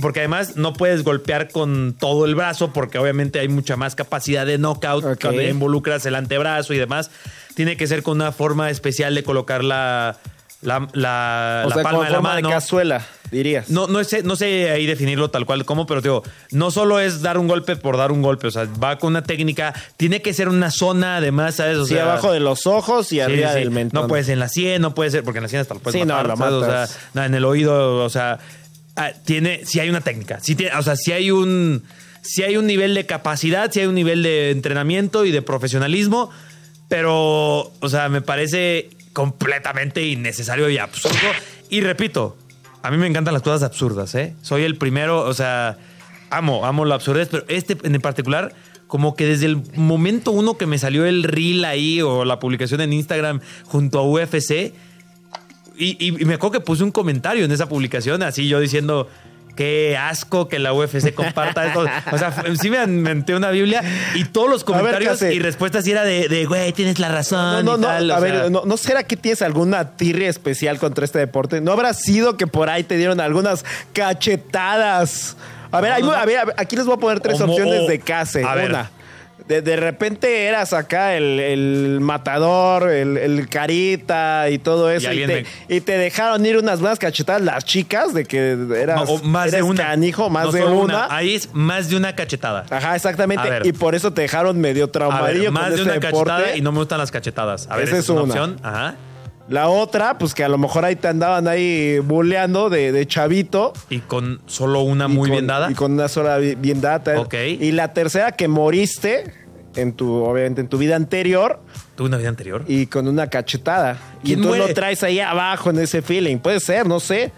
C: Porque además no puedes golpear con todo el brazo, porque obviamente hay mucha más capacidad de knockout
D: Ok.
C: cuando ya involucras el antebrazo y demás. Tiene que ser con una forma especial de colocar la. La, la-
D: o
C: la
D: sea,
C: palma
D: con
C: de la
D: forma de
C: mano.
D: cazuela, dirías.
C: No, no sé, no sé ahí definirlo tal cual como, pero te digo, no solo es dar un golpe por dar un golpe, o sea, va con una técnica, tiene que ser una zona además, ¿sabes? O
D: sí,
C: sea,
D: abajo de los ojos y
C: sí,
D: arriba
C: sí.
D: del
C: No
D: mentón.
C: pues, puedes en la sien, no puede ser, porque en la sien hasta lo puedes
D: Sí, no,
C: matar,
D: lo
C: ¿sabes? O sea,
D: matas.
C: no, en el oído, o sea, ah, tiene, si hay una técnica, sí tiene, o sea, si hay un, si hay un nivel de capacidad, si hay un nivel de entrenamiento y de profesionalismo, pero, o sea, me parece completamente innecesario y absurdo. Y repito, a mí me encantan las cosas absurdas, ¿eh? Soy el primero, o sea, amo, amo la absurdez, pero este en particular, como que desde el momento uno que me salió el reel ahí o la publicación en Instagram junto a UFC, y, y- y me acuerdo que puse un comentario en esa publicación, así yo diciendo. Qué asco que la UFC comparta esto. O sea, fue- sí me menté una Biblia y todos los
D: A ver,
C: comentarios
D: ¿qué hace?
C: y respuestas sí era de, de, güey, tienes la
D: No,
C: razón.
D: no,
C: y
D: no.
C: tal", o
D: a
C: sea.
D: ver, no, ¿no será que tienes alguna tirria especial contra este deporte? ¿No habrá sido que por ahí te dieron algunas cachetadas? A ver,
C: No,
D: hay
C: no,
D: mu-
C: no.
D: a ver, a ver, aquí les voy a poner tres
C: O mo-
D: opciones
C: o-
D: de case.
C: a ver.
D: Una. De, de repente eras acá el, el matador, el, el carita y todo eso. Y,
C: alguien
D: te, y te dejaron ir unas buenas cachetadas las chicas de que eras,
C: O más de
D: eres
C: una.
D: canijo, más
C: No
D: de
C: solo
D: una.
C: Ahí es más de una cachetada.
D: Ajá, exactamente.
C: A ver.
D: Y por eso te dejaron medio
C: A ver,
D: traumadillo con
C: más de
D: este
C: una
D: deporte.
C: cachetada y no me gustan las cachetadas. A ver, esa
D: Esa es
C: es una,
D: una.
C: opción. Ajá.
D: La otra, pues que a lo mejor ahí te andaban ahí buleando de, de chavito.
C: Y con solo una
D: Y
C: Ah, muy
D: con-
C: bien dada.
D: Y con una sola bi- bien dada.
C: Ok.
D: Y la tercera, que moriste en tu, obviamente, en tu vida anterior
C: Tuve una vida anterior.
D: y con una cachetada. Y
C: ¿Quién
D: entonces
C: muere?
D: lo traes ahí abajo en ese feeling. Puede ser, no sé.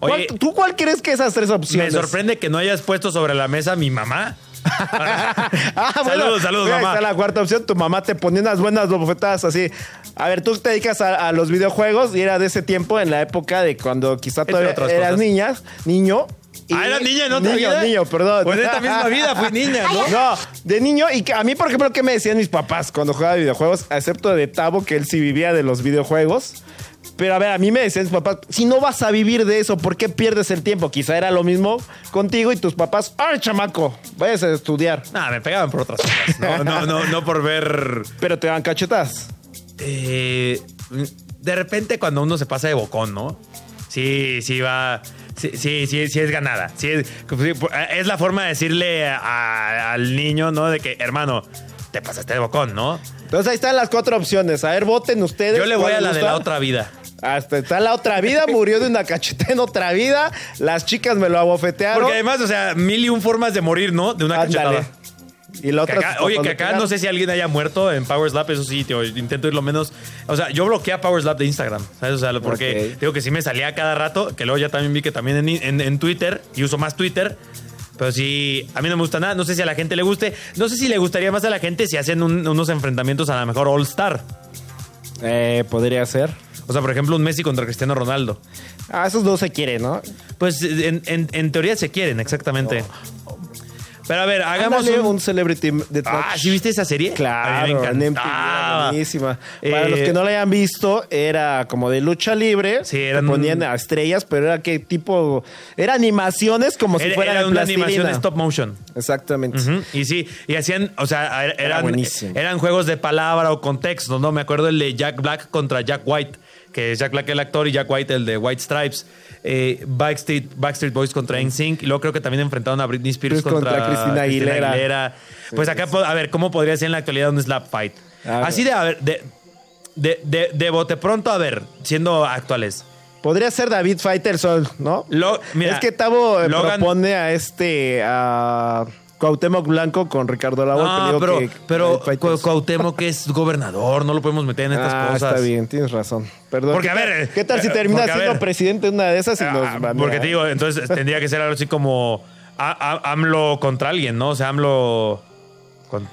C: Oye,
D: ¿Cuál- ¿Tú cuál crees que esas tres
C: me
D: opciones?
C: sorprende que no hayas puesto sobre la mesa a mi mamá.
D: [laughs] Ah,
C: [laughs]
D: bueno,
C: saludos, saludos,
D: mira, ahí
C: mamá.
D: está la cuarta opción. Tu mamá te ponía unas buenas bofetadas así. A ver, tú te dedicas a, a los videojuegos y era de ese tiempo, en la época de cuando quizá
C: Entre
D: todavía
C: otras
D: eras
C: cosas.
D: niña, niño. y-
C: Ah, era niña en otra
D: niño,
C: vida.
D: Niño, perdón.
C: Pues en esta
D: [laughs]
C: misma vida fui niña, ¿no?
D: No, de niño. Y que a mí, por ejemplo, ¿qué me decían mis papás cuando jugaba videojuegos? Excepto de Tabo, que él sí vivía de los videojuegos. Pero a ver, a mí me decían mis papás, si no vas a vivir de eso, ¿por qué pierdes el tiempo? Quizá era lo mismo contigo y tus papás, ¡ay, chamaco! Vayas a estudiar.
C: Nah, me pegaban por otras cosas. No, no, no, no por ver.
D: Pero te dan cachetas.
C: eh, de repente, cuando uno se pasa de bocón, ¿no? Sí, sí, va. Sí, sí, sí, sí es ganada. Sí, es, sí, es la forma de decirle a- al niño, ¿no? De que, hermano, te pasaste de bocón, ¿no?
D: Entonces ahí están las cuatro opciones. A ver, voten ustedes.
C: Yo le voy
D: ¿Cuál
C: a la de
D: gusta?
C: la otra vida.
D: Hasta está la
C: [laughs]
D: otra vida, murió de una cacheta en otra vida. Las chicas me lo abofetearon.
C: Porque además, o sea, mil y un formas de morir, ¿no? De una
D: Ándale.
C: cachetada.
D: Y la
C: Que
D: otra.
C: acá-
D: sus
C: oye,
D: papás
C: que
D: me
C: acá
D: pegaron.
C: no sé si alguien haya muerto en Power Slap, eso sí, tío, intento ir lo menos. O sea, yo bloqueé a Power Slap de Instagram, ¿sabes? O sea, porque
D: Ok.
C: digo que sí me salía cada rato, que luego ya también vi que también en, en- en Twitter, y uso más Twitter. Pero sí, a mí no me gusta nada. No sé si a la gente le guste. No sé si le gustaría más a la gente si hacen un- unos enfrentamientos a la mejor All Star.
D: Eh, podría ser.
C: O sea, por ejemplo, un Messi contra Cristiano Ronaldo.
D: Ah, esos dos se quieren, ¿no?
C: Pues en, en- en teoría se quieren, exactamente. Pero a ver, hagamos
D: Oh. Ándale,
C: un,
D: un, celebrity deathmatch.
C: Ah, ¿sí viste esa serie? A mí
D: pues, Claro,
C: me
D: en MTV,
C: encantaba.
D: buenísima. Para
C: Eh,
D: los que no la hayan visto, era como de lucha libre.
C: Sí,
D: Te
C: eran-
D: ponían a estrellas, pero era qué tipo. Era animaciones como si
C: Era,
D: fuera
C: era
D: de
C: una animación
D: plastilina.
C: stop motion.
D: Exactamente.
C: Ujú, Y sí, y hacían, o sea, er- eran,
D: buenísimo.
C: eran juegos de palabra o contexto, ¿no? Me acuerdo el de Jack Black contra Jack White, que Jack Black el actor y Jack White el de White Stripes. Eh, Backstreet, Backstreet Boys contra NSYNC. Y luego creo que también enfrentaron a Britney Spears
D: Pues contra
C: contra,
D: Christina Aguilera.
C: Pues acá, po- a ver, ¿cómo podría ser en la actualidad un slap fight?
D: A ver.
C: Así de, a ver, de, de, de, de bote pronto, a ver, siendo actuales.
D: Podría ser David Faitelson, ¿no?
C: Lo- mira,
D: es que Tavo eh,
C: Logan-
D: propone a este a Cuauhtémoc Blanco con Ricardo Lavo.
C: No, pero, pero Cu-
D: Faitelson.
C: Cuauhtémoc es gobernador, no lo podemos meter en estas
D: Ah,
C: cosas.
D: está bien, tienes razón. Perdón.
C: Porque,
D: ¿Qué
C: a
D: tal-
C: ver, eh,
D: ¿Qué tal si
C: eh,
D: termina
C: porque, a
D: siendo
C: ver.
D: presidente de una de esas y nos
C: Ah,
D: banea?
C: porque te digo,
D: [laughs]
C: entonces tendría que ser algo así como a- a- AMLO contra alguien, ¿no? O sea, AMLO con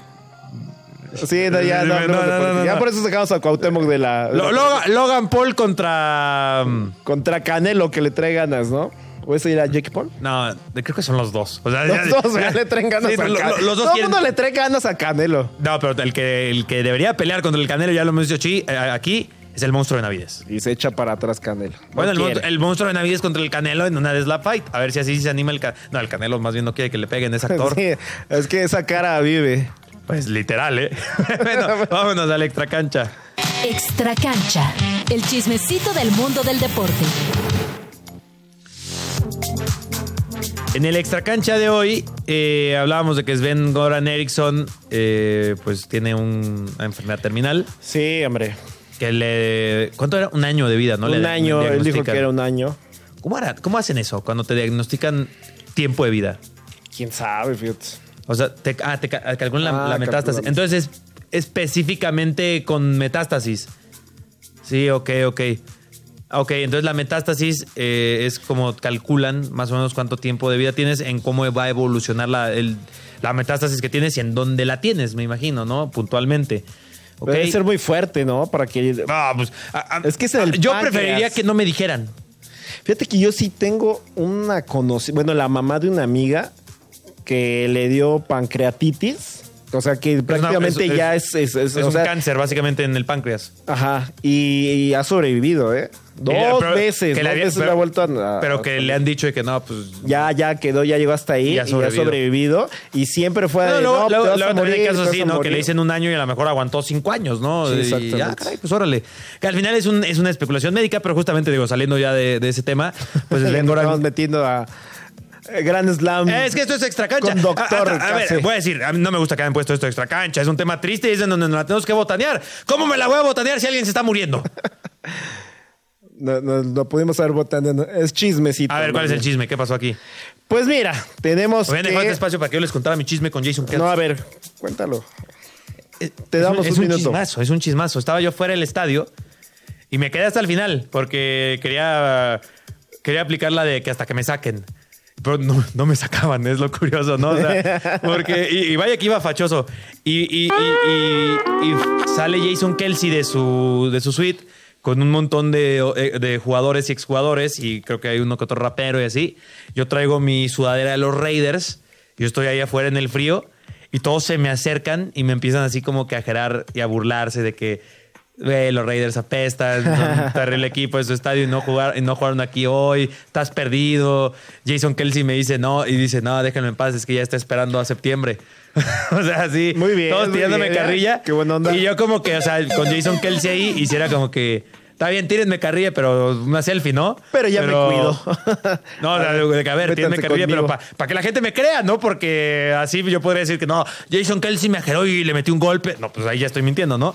D: Sí, no, ya, no,
C: No,
D: hablemos de
C: no, no,
D: política. ya
C: no.
D: por eso sacamos a Cuauhtémoc de la...
C: Lo- Logan, Logan Paul contra. mm,
D: Contra Canelo, que le trae ganas, ¿no? ¿O ese era Jake Paul?
C: No, de- creo que son los dos. O sea,
D: Los
C: ya-
D: dos ya
C: ya-
D: le traen ganas
C: Sí,
D: a
C: lo- lo-
D: Canelo.
C: los dos
D: Todo el
C: quieren-
D: mundo le trae ganas a Canelo.
C: No, pero el que, el que debería pelear contra el Canelo, ya lo hemos dicho chi- eh, aquí, es el monstruo de Navides.
D: Y se echa para atrás Canelo.
C: Bueno, el,
D: No
C: monstru-
D: quiere.
C: el monstruo de Navides contra el Canelo en una de slap fight. A ver si así se anima el Canelo. No, el Canelo más bien no quiere que le peguen ese actor.
D: Sí, es que esa cara vive.
C: Pues literal, ¿eh? [laughs] bueno,
D: [laughs]
C: vámonos a la extra cancha.
A: Extra cancha. El chismecito del mundo del deporte.
C: En el extra cancha de hoy eh, hablábamos de que Sven Goran Eriksson eh, pues tiene un- una enfermedad terminal
D: Sí, hombre.
C: que le ¿cuánto era? Un año de vida, ¿no? Le-
D: un
C: le
D: año, él dijo que
C: diagnostican.
D: era un año.
C: ¿Cómo, hará- ¿Cómo hacen eso cuando te diagnostican tiempo de vida?
D: ¿Quién sabe, fíjate?
C: O sea, te, ah, te ca- calculan la,
D: Ah,
C: la metástasis.
D: calculan.
C: Entonces, es- específicamente con metástasis. Sí, ok, ok. Ah, Ok, entonces la metástasis eh, es como calculan más o menos cuánto tiempo de vida tienes en cómo va a evolucionar la, el- la metástasis que tienes y en dónde la tienes, me imagino, ¿no? Puntualmente. Ok.
D: Debe ser muy fuerte, ¿no? Para que...
C: Ah, pues, ah, ah,
D: Es que es el
C: Yo
D: páncreas.
C: preferiría que no me dijeran. Pues
D: Fíjate que yo sí tengo una conocida, bueno, la mamá de una amiga que le dio pancreatitis. O sea, que prácticamente
C: es- es-
D: ya es... Es, es-
C: es
D: o
C: un
D: sea,
C: cáncer, básicamente, en el páncreas.
D: Ajá. Y, y ha sobrevivido, ¿eh? Dos
C: Eh, pero-
D: veces.
C: que le
D: dos
C: había-
D: veces
C: pero-
D: la ha vuelto a... a-
C: Pero que le han dicho de que no, pues.
D: Ya, ya quedó, ya llegó hasta ahí.
C: Y
D: Y
C: ha
D: ha sobrevivido. Y,
C: sobrevivido.
D: siempre fue...
C: No,
D: de,
C: luego,
D: no, te
C: luego-
D: vas a
C: luego también hay
D: morir,
C: casos
D: te
C: así,
D: vas a
C: ¿no? Que le
D: morir.
C: dicen un año y a lo mejor aguantó cinco años, ¿no?
D: Sí,
C: Y
D: exactamente.
C: ya, caray, pues órale. Que al final es, un- es una especulación médica, pero justamente, digo, saliendo ya de, de ese tema,
D: [laughs]
C: pues
D: Le
C: Sven Goran-
D: estamos metiendo a eh, Grand Slam.
C: Eh, Es que esto es extra cancha.
D: Con doctor
C: A, a- a
D: casi.
C: ver, voy a decir, a mí no me gusta que hayan puesto esto extra cancha. Es un tema triste y es en donde nos la tenemos que botanear. ¿Cómo me la voy a botanear si alguien se está
D: [laughs]
C: muriendo?
D: No, no, no pudimos haber votado. no, Es chismecito.
C: A ver, ¿cuál es el
D: chisme?
C: chisme? ¿Qué pasó aquí?
D: Pues mira, tenemos
C: Me habían dejado
D: que...
C: este espacio para que yo les contara mi chisme con Jason Katz.
D: No, a ver, cuéntalo. Eh, Te
C: Es
D: damos
C: es
D: un minuto.
C: chismazo, es un chismazo. Estaba yo fuera del estadio y me quedé hasta el final porque quería, quería aplicar la de que hasta que me saquen. Pero no, no me sacaban, es lo curioso, ¿no? O
D: [laughs]
C: sea, porque, y, y vaya que iba fachoso. Y, y- y- y- y sale Jason Kelsey de su, de su suite con un montón de, eh, de jugadores y exjugadores, y creo que hay uno que otro rapero y así. Yo traigo mi sudadera de los Raiders, yo estoy ahí afuera en el frío, y todos se me acercan y me empiezan así como que a jerar y a burlarse de que "Güey, los Raiders apestan, no-
D: [laughs]
C: terrible equipo es su estadio y no, jugar, y no jugaron aquí hoy, estás perdido. Jason Kelsey me dice no y dice no, déjenme en paz, es que ya está esperando a septiembre. [laughs] o sea, así.
D: Muy bien,
C: Todos
D: muy
C: tirándome
D: bien, ¿eh?
C: carrilla.
D: Qué buena onda.
C: Y yo como que, o sea, con Jason Kelsey ahí hiciera como que... Está bien, tírenme carrilla, pero una selfie, ¿no?
D: Pero ya me cuido.
C: [laughs] No, o sea, de que, a ver,
D: Métanse
C: tírenme carrilla, pero
D: conmigo.
C: para para que la gente me crea, ¿no? Porque así yo podría decir que no, Jason Kelsey me ajeró y le metí un golpe. No, pues ahí ya estoy mintiendo, ¿no?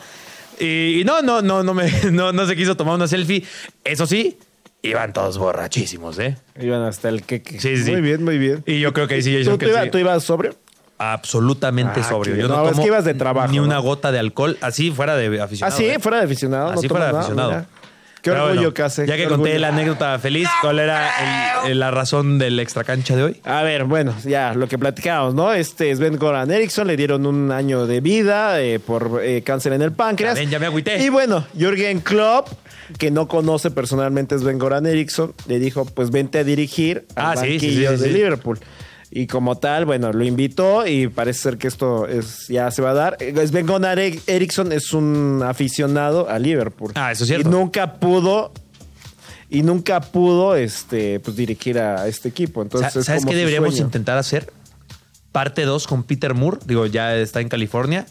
C: Y, y no, no, no, no, me, [laughs] no, no se quiso tomar una selfie. Eso sí, iban todos borrachísimos, ¿eh?
D: Iban hasta el queque.
C: Sí, sí, sí.
D: Muy bien, muy bien.
C: Y yo creo que ahí sí
D: ¿Tú,
C: Jason
D: tú iba-
C: Kelsey.
D: tú ibas sobrio?
C: Absolutamente
D: Ah,
C: sobrio.
D: qué-
C: Yo no,
D: no, es
C: tomo
D: que ibas de trabajo,
C: Ni
D: ¿no?
C: una gota de alcohol, así fuera de
D: Ah,
C: aficionado.
D: sí,
C: ¿eh?
D: fuera de aficionado.
C: Así
D: no
C: fuera de
D: tomas nada,
C: aficionado.
D: mira. Qué
C: Pero
D: orgullo
C: bueno,
D: que hace.
C: Ya que
D: qué
C: conté
D: orgullo.
C: la anécdota feliz, ¿cuál era el- el- la razón del extracancha de hoy?
D: A ver, bueno, ya lo que platicábamos, ¿no? Este Sven Goran Eriksson le dieron un año de vida eh, por eh, cáncer en el páncreas.
C: Ya ven, ya me agüité.
D: Y bueno, Jürgen Klopp, que no conoce personalmente a Sven Goran Eriksson, le dijo, pues vente a dirigir al
C: Ah, sí, sí,
D: banquillo
C: sí, sí,
D: de
C: sí.
D: Liverpool. Y como tal, bueno, lo invitó y parece ser que esto es, ya se va a dar. Eh, Sven Goran Eri- Eriksson es un aficionado a Liverpool.
C: Ah, eso es cierto.
D: Y nunca pudo y nunca pudo este pues dirigir a este equipo. Entonces,
C: Sa-
D: es
C: ¿Sabes
D: como
C: qué
D: su
C: deberíamos
D: sueño.
C: intentar hacer? Parte 2 con Peter Moore. Digo, ya está en California.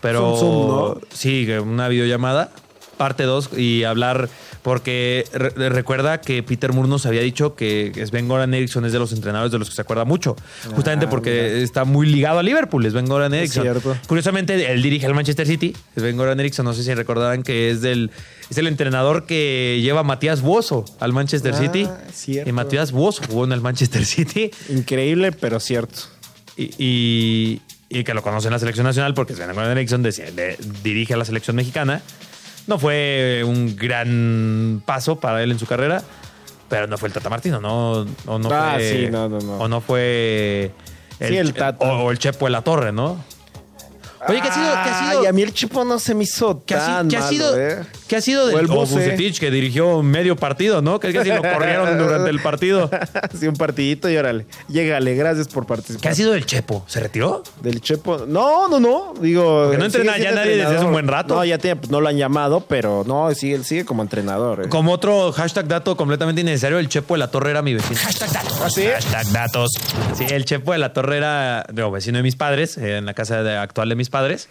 C: Pero.
D: Es un Zoom, ¿no?
C: Sí, una videollamada. Parte 2 y hablar. Porque re- recuerda que Peter Moore nos había dicho que Sven Goran Eriksson es de los entrenadores de los que se acuerda mucho. justamente porque está muy ligado a Liverpool, Sven Goran Eriksson.
D: Ah, cierto.
C: Curiosamente, él dirige al Manchester City. Sven Goran Eriksson, no sé si recordarán que es del es el entrenador que lleva a Matías Buoso al Manchester
D: Ah,
C: City.
D: cierto.
C: Y Matías Buoso jugó en el Manchester City.
D: Increíble, pero cierto.
C: y, y- y que lo conoce en la selección nacional porque Sven Goran Eriksson de- de- dirige a la selección mexicana. No fue un gran paso para él en su carrera, pero no fue el Tata Martino, no, o no
D: Ah,
C: fue,
D: sí, no, no, no.
C: O no fue
D: Sí, el Tata.
C: O, o el Chepo de la Torre, ¿no? Oye, ¿qué ha sido? ¿Qué ha sido?
D: Ay, a mí el chipo no se me hizo
C: ¿Qué ha, si-
D: tan
C: qué ha
D: malo,
C: sido?
D: eh. [laughs]
C: ¿Qué ha sido del
D: O el
C: o
D: Buse.
C: Bucetich, que dirigió medio partido, ¿no? Que casi lo corrieron durante el
D: [laughs]
C: partido.
D: sí, un partidito y órale. Llégale, gracias por participar.
C: ¿Qué ha sido del Chepo? ¿Se retiró?
D: Del Chepo. No, no, no. Digo.
C: Porque no
D: sigue
C: entrena ya
D: siendo
C: nadie desde hace un buen rato.
D: No, ya tiene, pues, no lo han llamado, pero no, sigue, él sigue como entrenador.
C: [laughs]
D: eh.
C: Como otro hashtag dato completamente innecesario, el Chepo de la Torre era mi vecino. Hashtag datos.
D: ¿Ah,
C: Hashtag datos. Sí, el Chepo de la Torre era digo, vecino de mis padres, eh, en la casa de- actual de mis padres.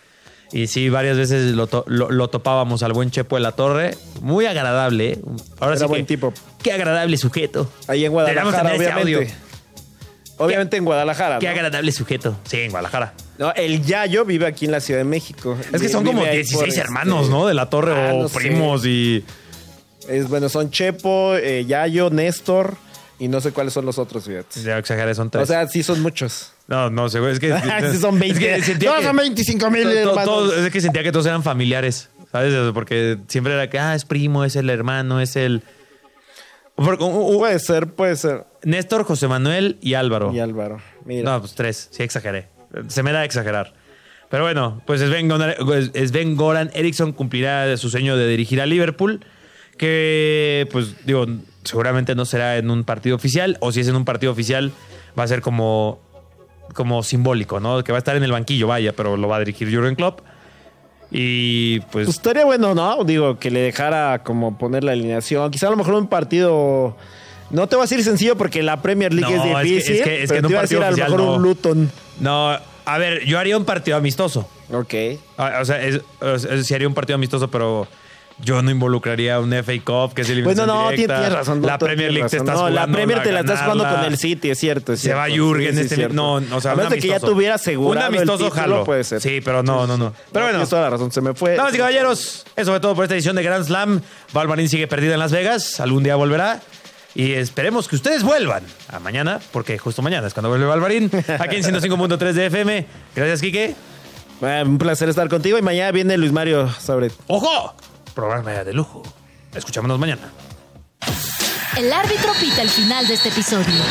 C: Y sí, varias veces lo, to- lo- lo topábamos al buen Chepo de la Torre. Muy agradable. eh. Ahora
D: Era
C: sí que-
D: buen tipo.
C: Qué agradable sujeto.
D: Ahí en
C: Deberíamos
D: Guadalajara,
C: tener ese
D: obviamente.
C: audio.
D: Obviamente en Guadalajara.
C: Qué
D: ¿no?
C: agradable sujeto. Sí, en Guadalajara.
D: No, el Yayo vive aquí en la Ciudad de México.
C: Es que son
D: Vive
C: como
D: ahí
C: 16
D: por,
C: hermanos,
D: este,
C: ¿no? De la Torre
D: ah,
C: o
D: no sé.
C: primos y...
D: Es, bueno, son Chepo, eh, Yayo, Néstor y no sé cuáles son los otros, fíjate.
C: Ya exageré, son tres.
D: O sea, sí
C: [laughs]
D: son muchos.
C: No, no sé, güey. Es
D: [laughs]
C: que.
D: Sí, son 20. No, son 25,000
C: to- to-
D: hermanos.
C: todos- Es que sentía que todos eran familiares, ¿sabes? Porque siempre era que, ah, es primo, es el hermano, es el. Porque, uh, uh,
D: Puede ser, puede ser.
C: Néstor, José Manuel y Álvaro.
D: Y Álvaro. Mira.
C: No, pues tres. Sí, exageré. Se me da exagerar. Pero bueno, pues Sven, Goran- Sven Goran Eriksson cumplirá su sueño de dirigir a Liverpool, que pues digo, seguramente no será en un partido oficial, o si es en un partido oficial va a ser como, como simbólico, ¿no? Que va a estar en el banquillo, vaya, pero lo va a dirigir Jurgen Klopp. Y pues...
D: Pues estaría bueno, ¿no? Digo, que le dejara como poner la alineación. Quizá a lo mejor un partido. No te voy a decir sencillo porque la Premier League
C: No, es
D: es
C: que-
D: difícil.
C: es que- es que
D: pero
C: en un
D: te iba a decir
C: partido
D: a lo
C: oficial
D: mejor un
C: no.
D: Luton.
C: no, a ver, yo haría un partido amistoso.
D: Ok.
C: Ah, O sea, es, es- es- sí haría un partido amistoso, pero yo no involucraría un FA Cup, que es
D: Bueno,
C: eliminación
D: no, tien-
C: directa.
D: tienes razón.
C: La
D: doctor,
C: Premier
D: tienes
C: League te
D: razón.
C: estás
D: No,
C: jugando.
D: la Premier te la estás jugando
C: ganarla.
D: con el City, es cierto. es
C: Se
D: cierto.
C: va Jurgen
D: Sí, sí,
C: este.
D: cierto.
C: No, o sea,
D: a
C: un
D: menos de que ya
C: amistoso.
D: tuviera seguro.
C: Un amistoso, jalo.
D: Puede ser.
C: Sí, pero no, no, no. Pero bueno.
D: Tienes toda la razón, se me fue.
C: Damas y caballeros, eso fue todo por esta edición de Grand Slam. Valmarín sigue perdida en Las Vegas. Algún día volverá. Y esperemos que ustedes vuelvan a mañana, porque justo mañana es cuando vuelve Valmarín. Aquí
D: [laughs]
C: en 105.3 de FM. Gracias, Quique.
D: Ah, un placer estar contigo y mañana viene Luis Mario Sabret.
C: ¡Ojo! Programa de lujo. Escuchámonos mañana.
A: El árbitro pita el final de este episodio.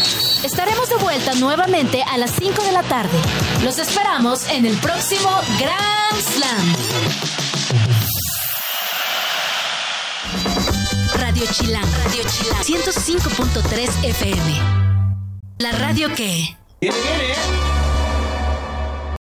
A: Estaremos de vuelta nuevamente a las 5 de la tarde. Los esperamos en el próximo Grand Slam. Radio Chilán, Radio Chilán, 105.3 FM. La radio que...
J: Viene, viene.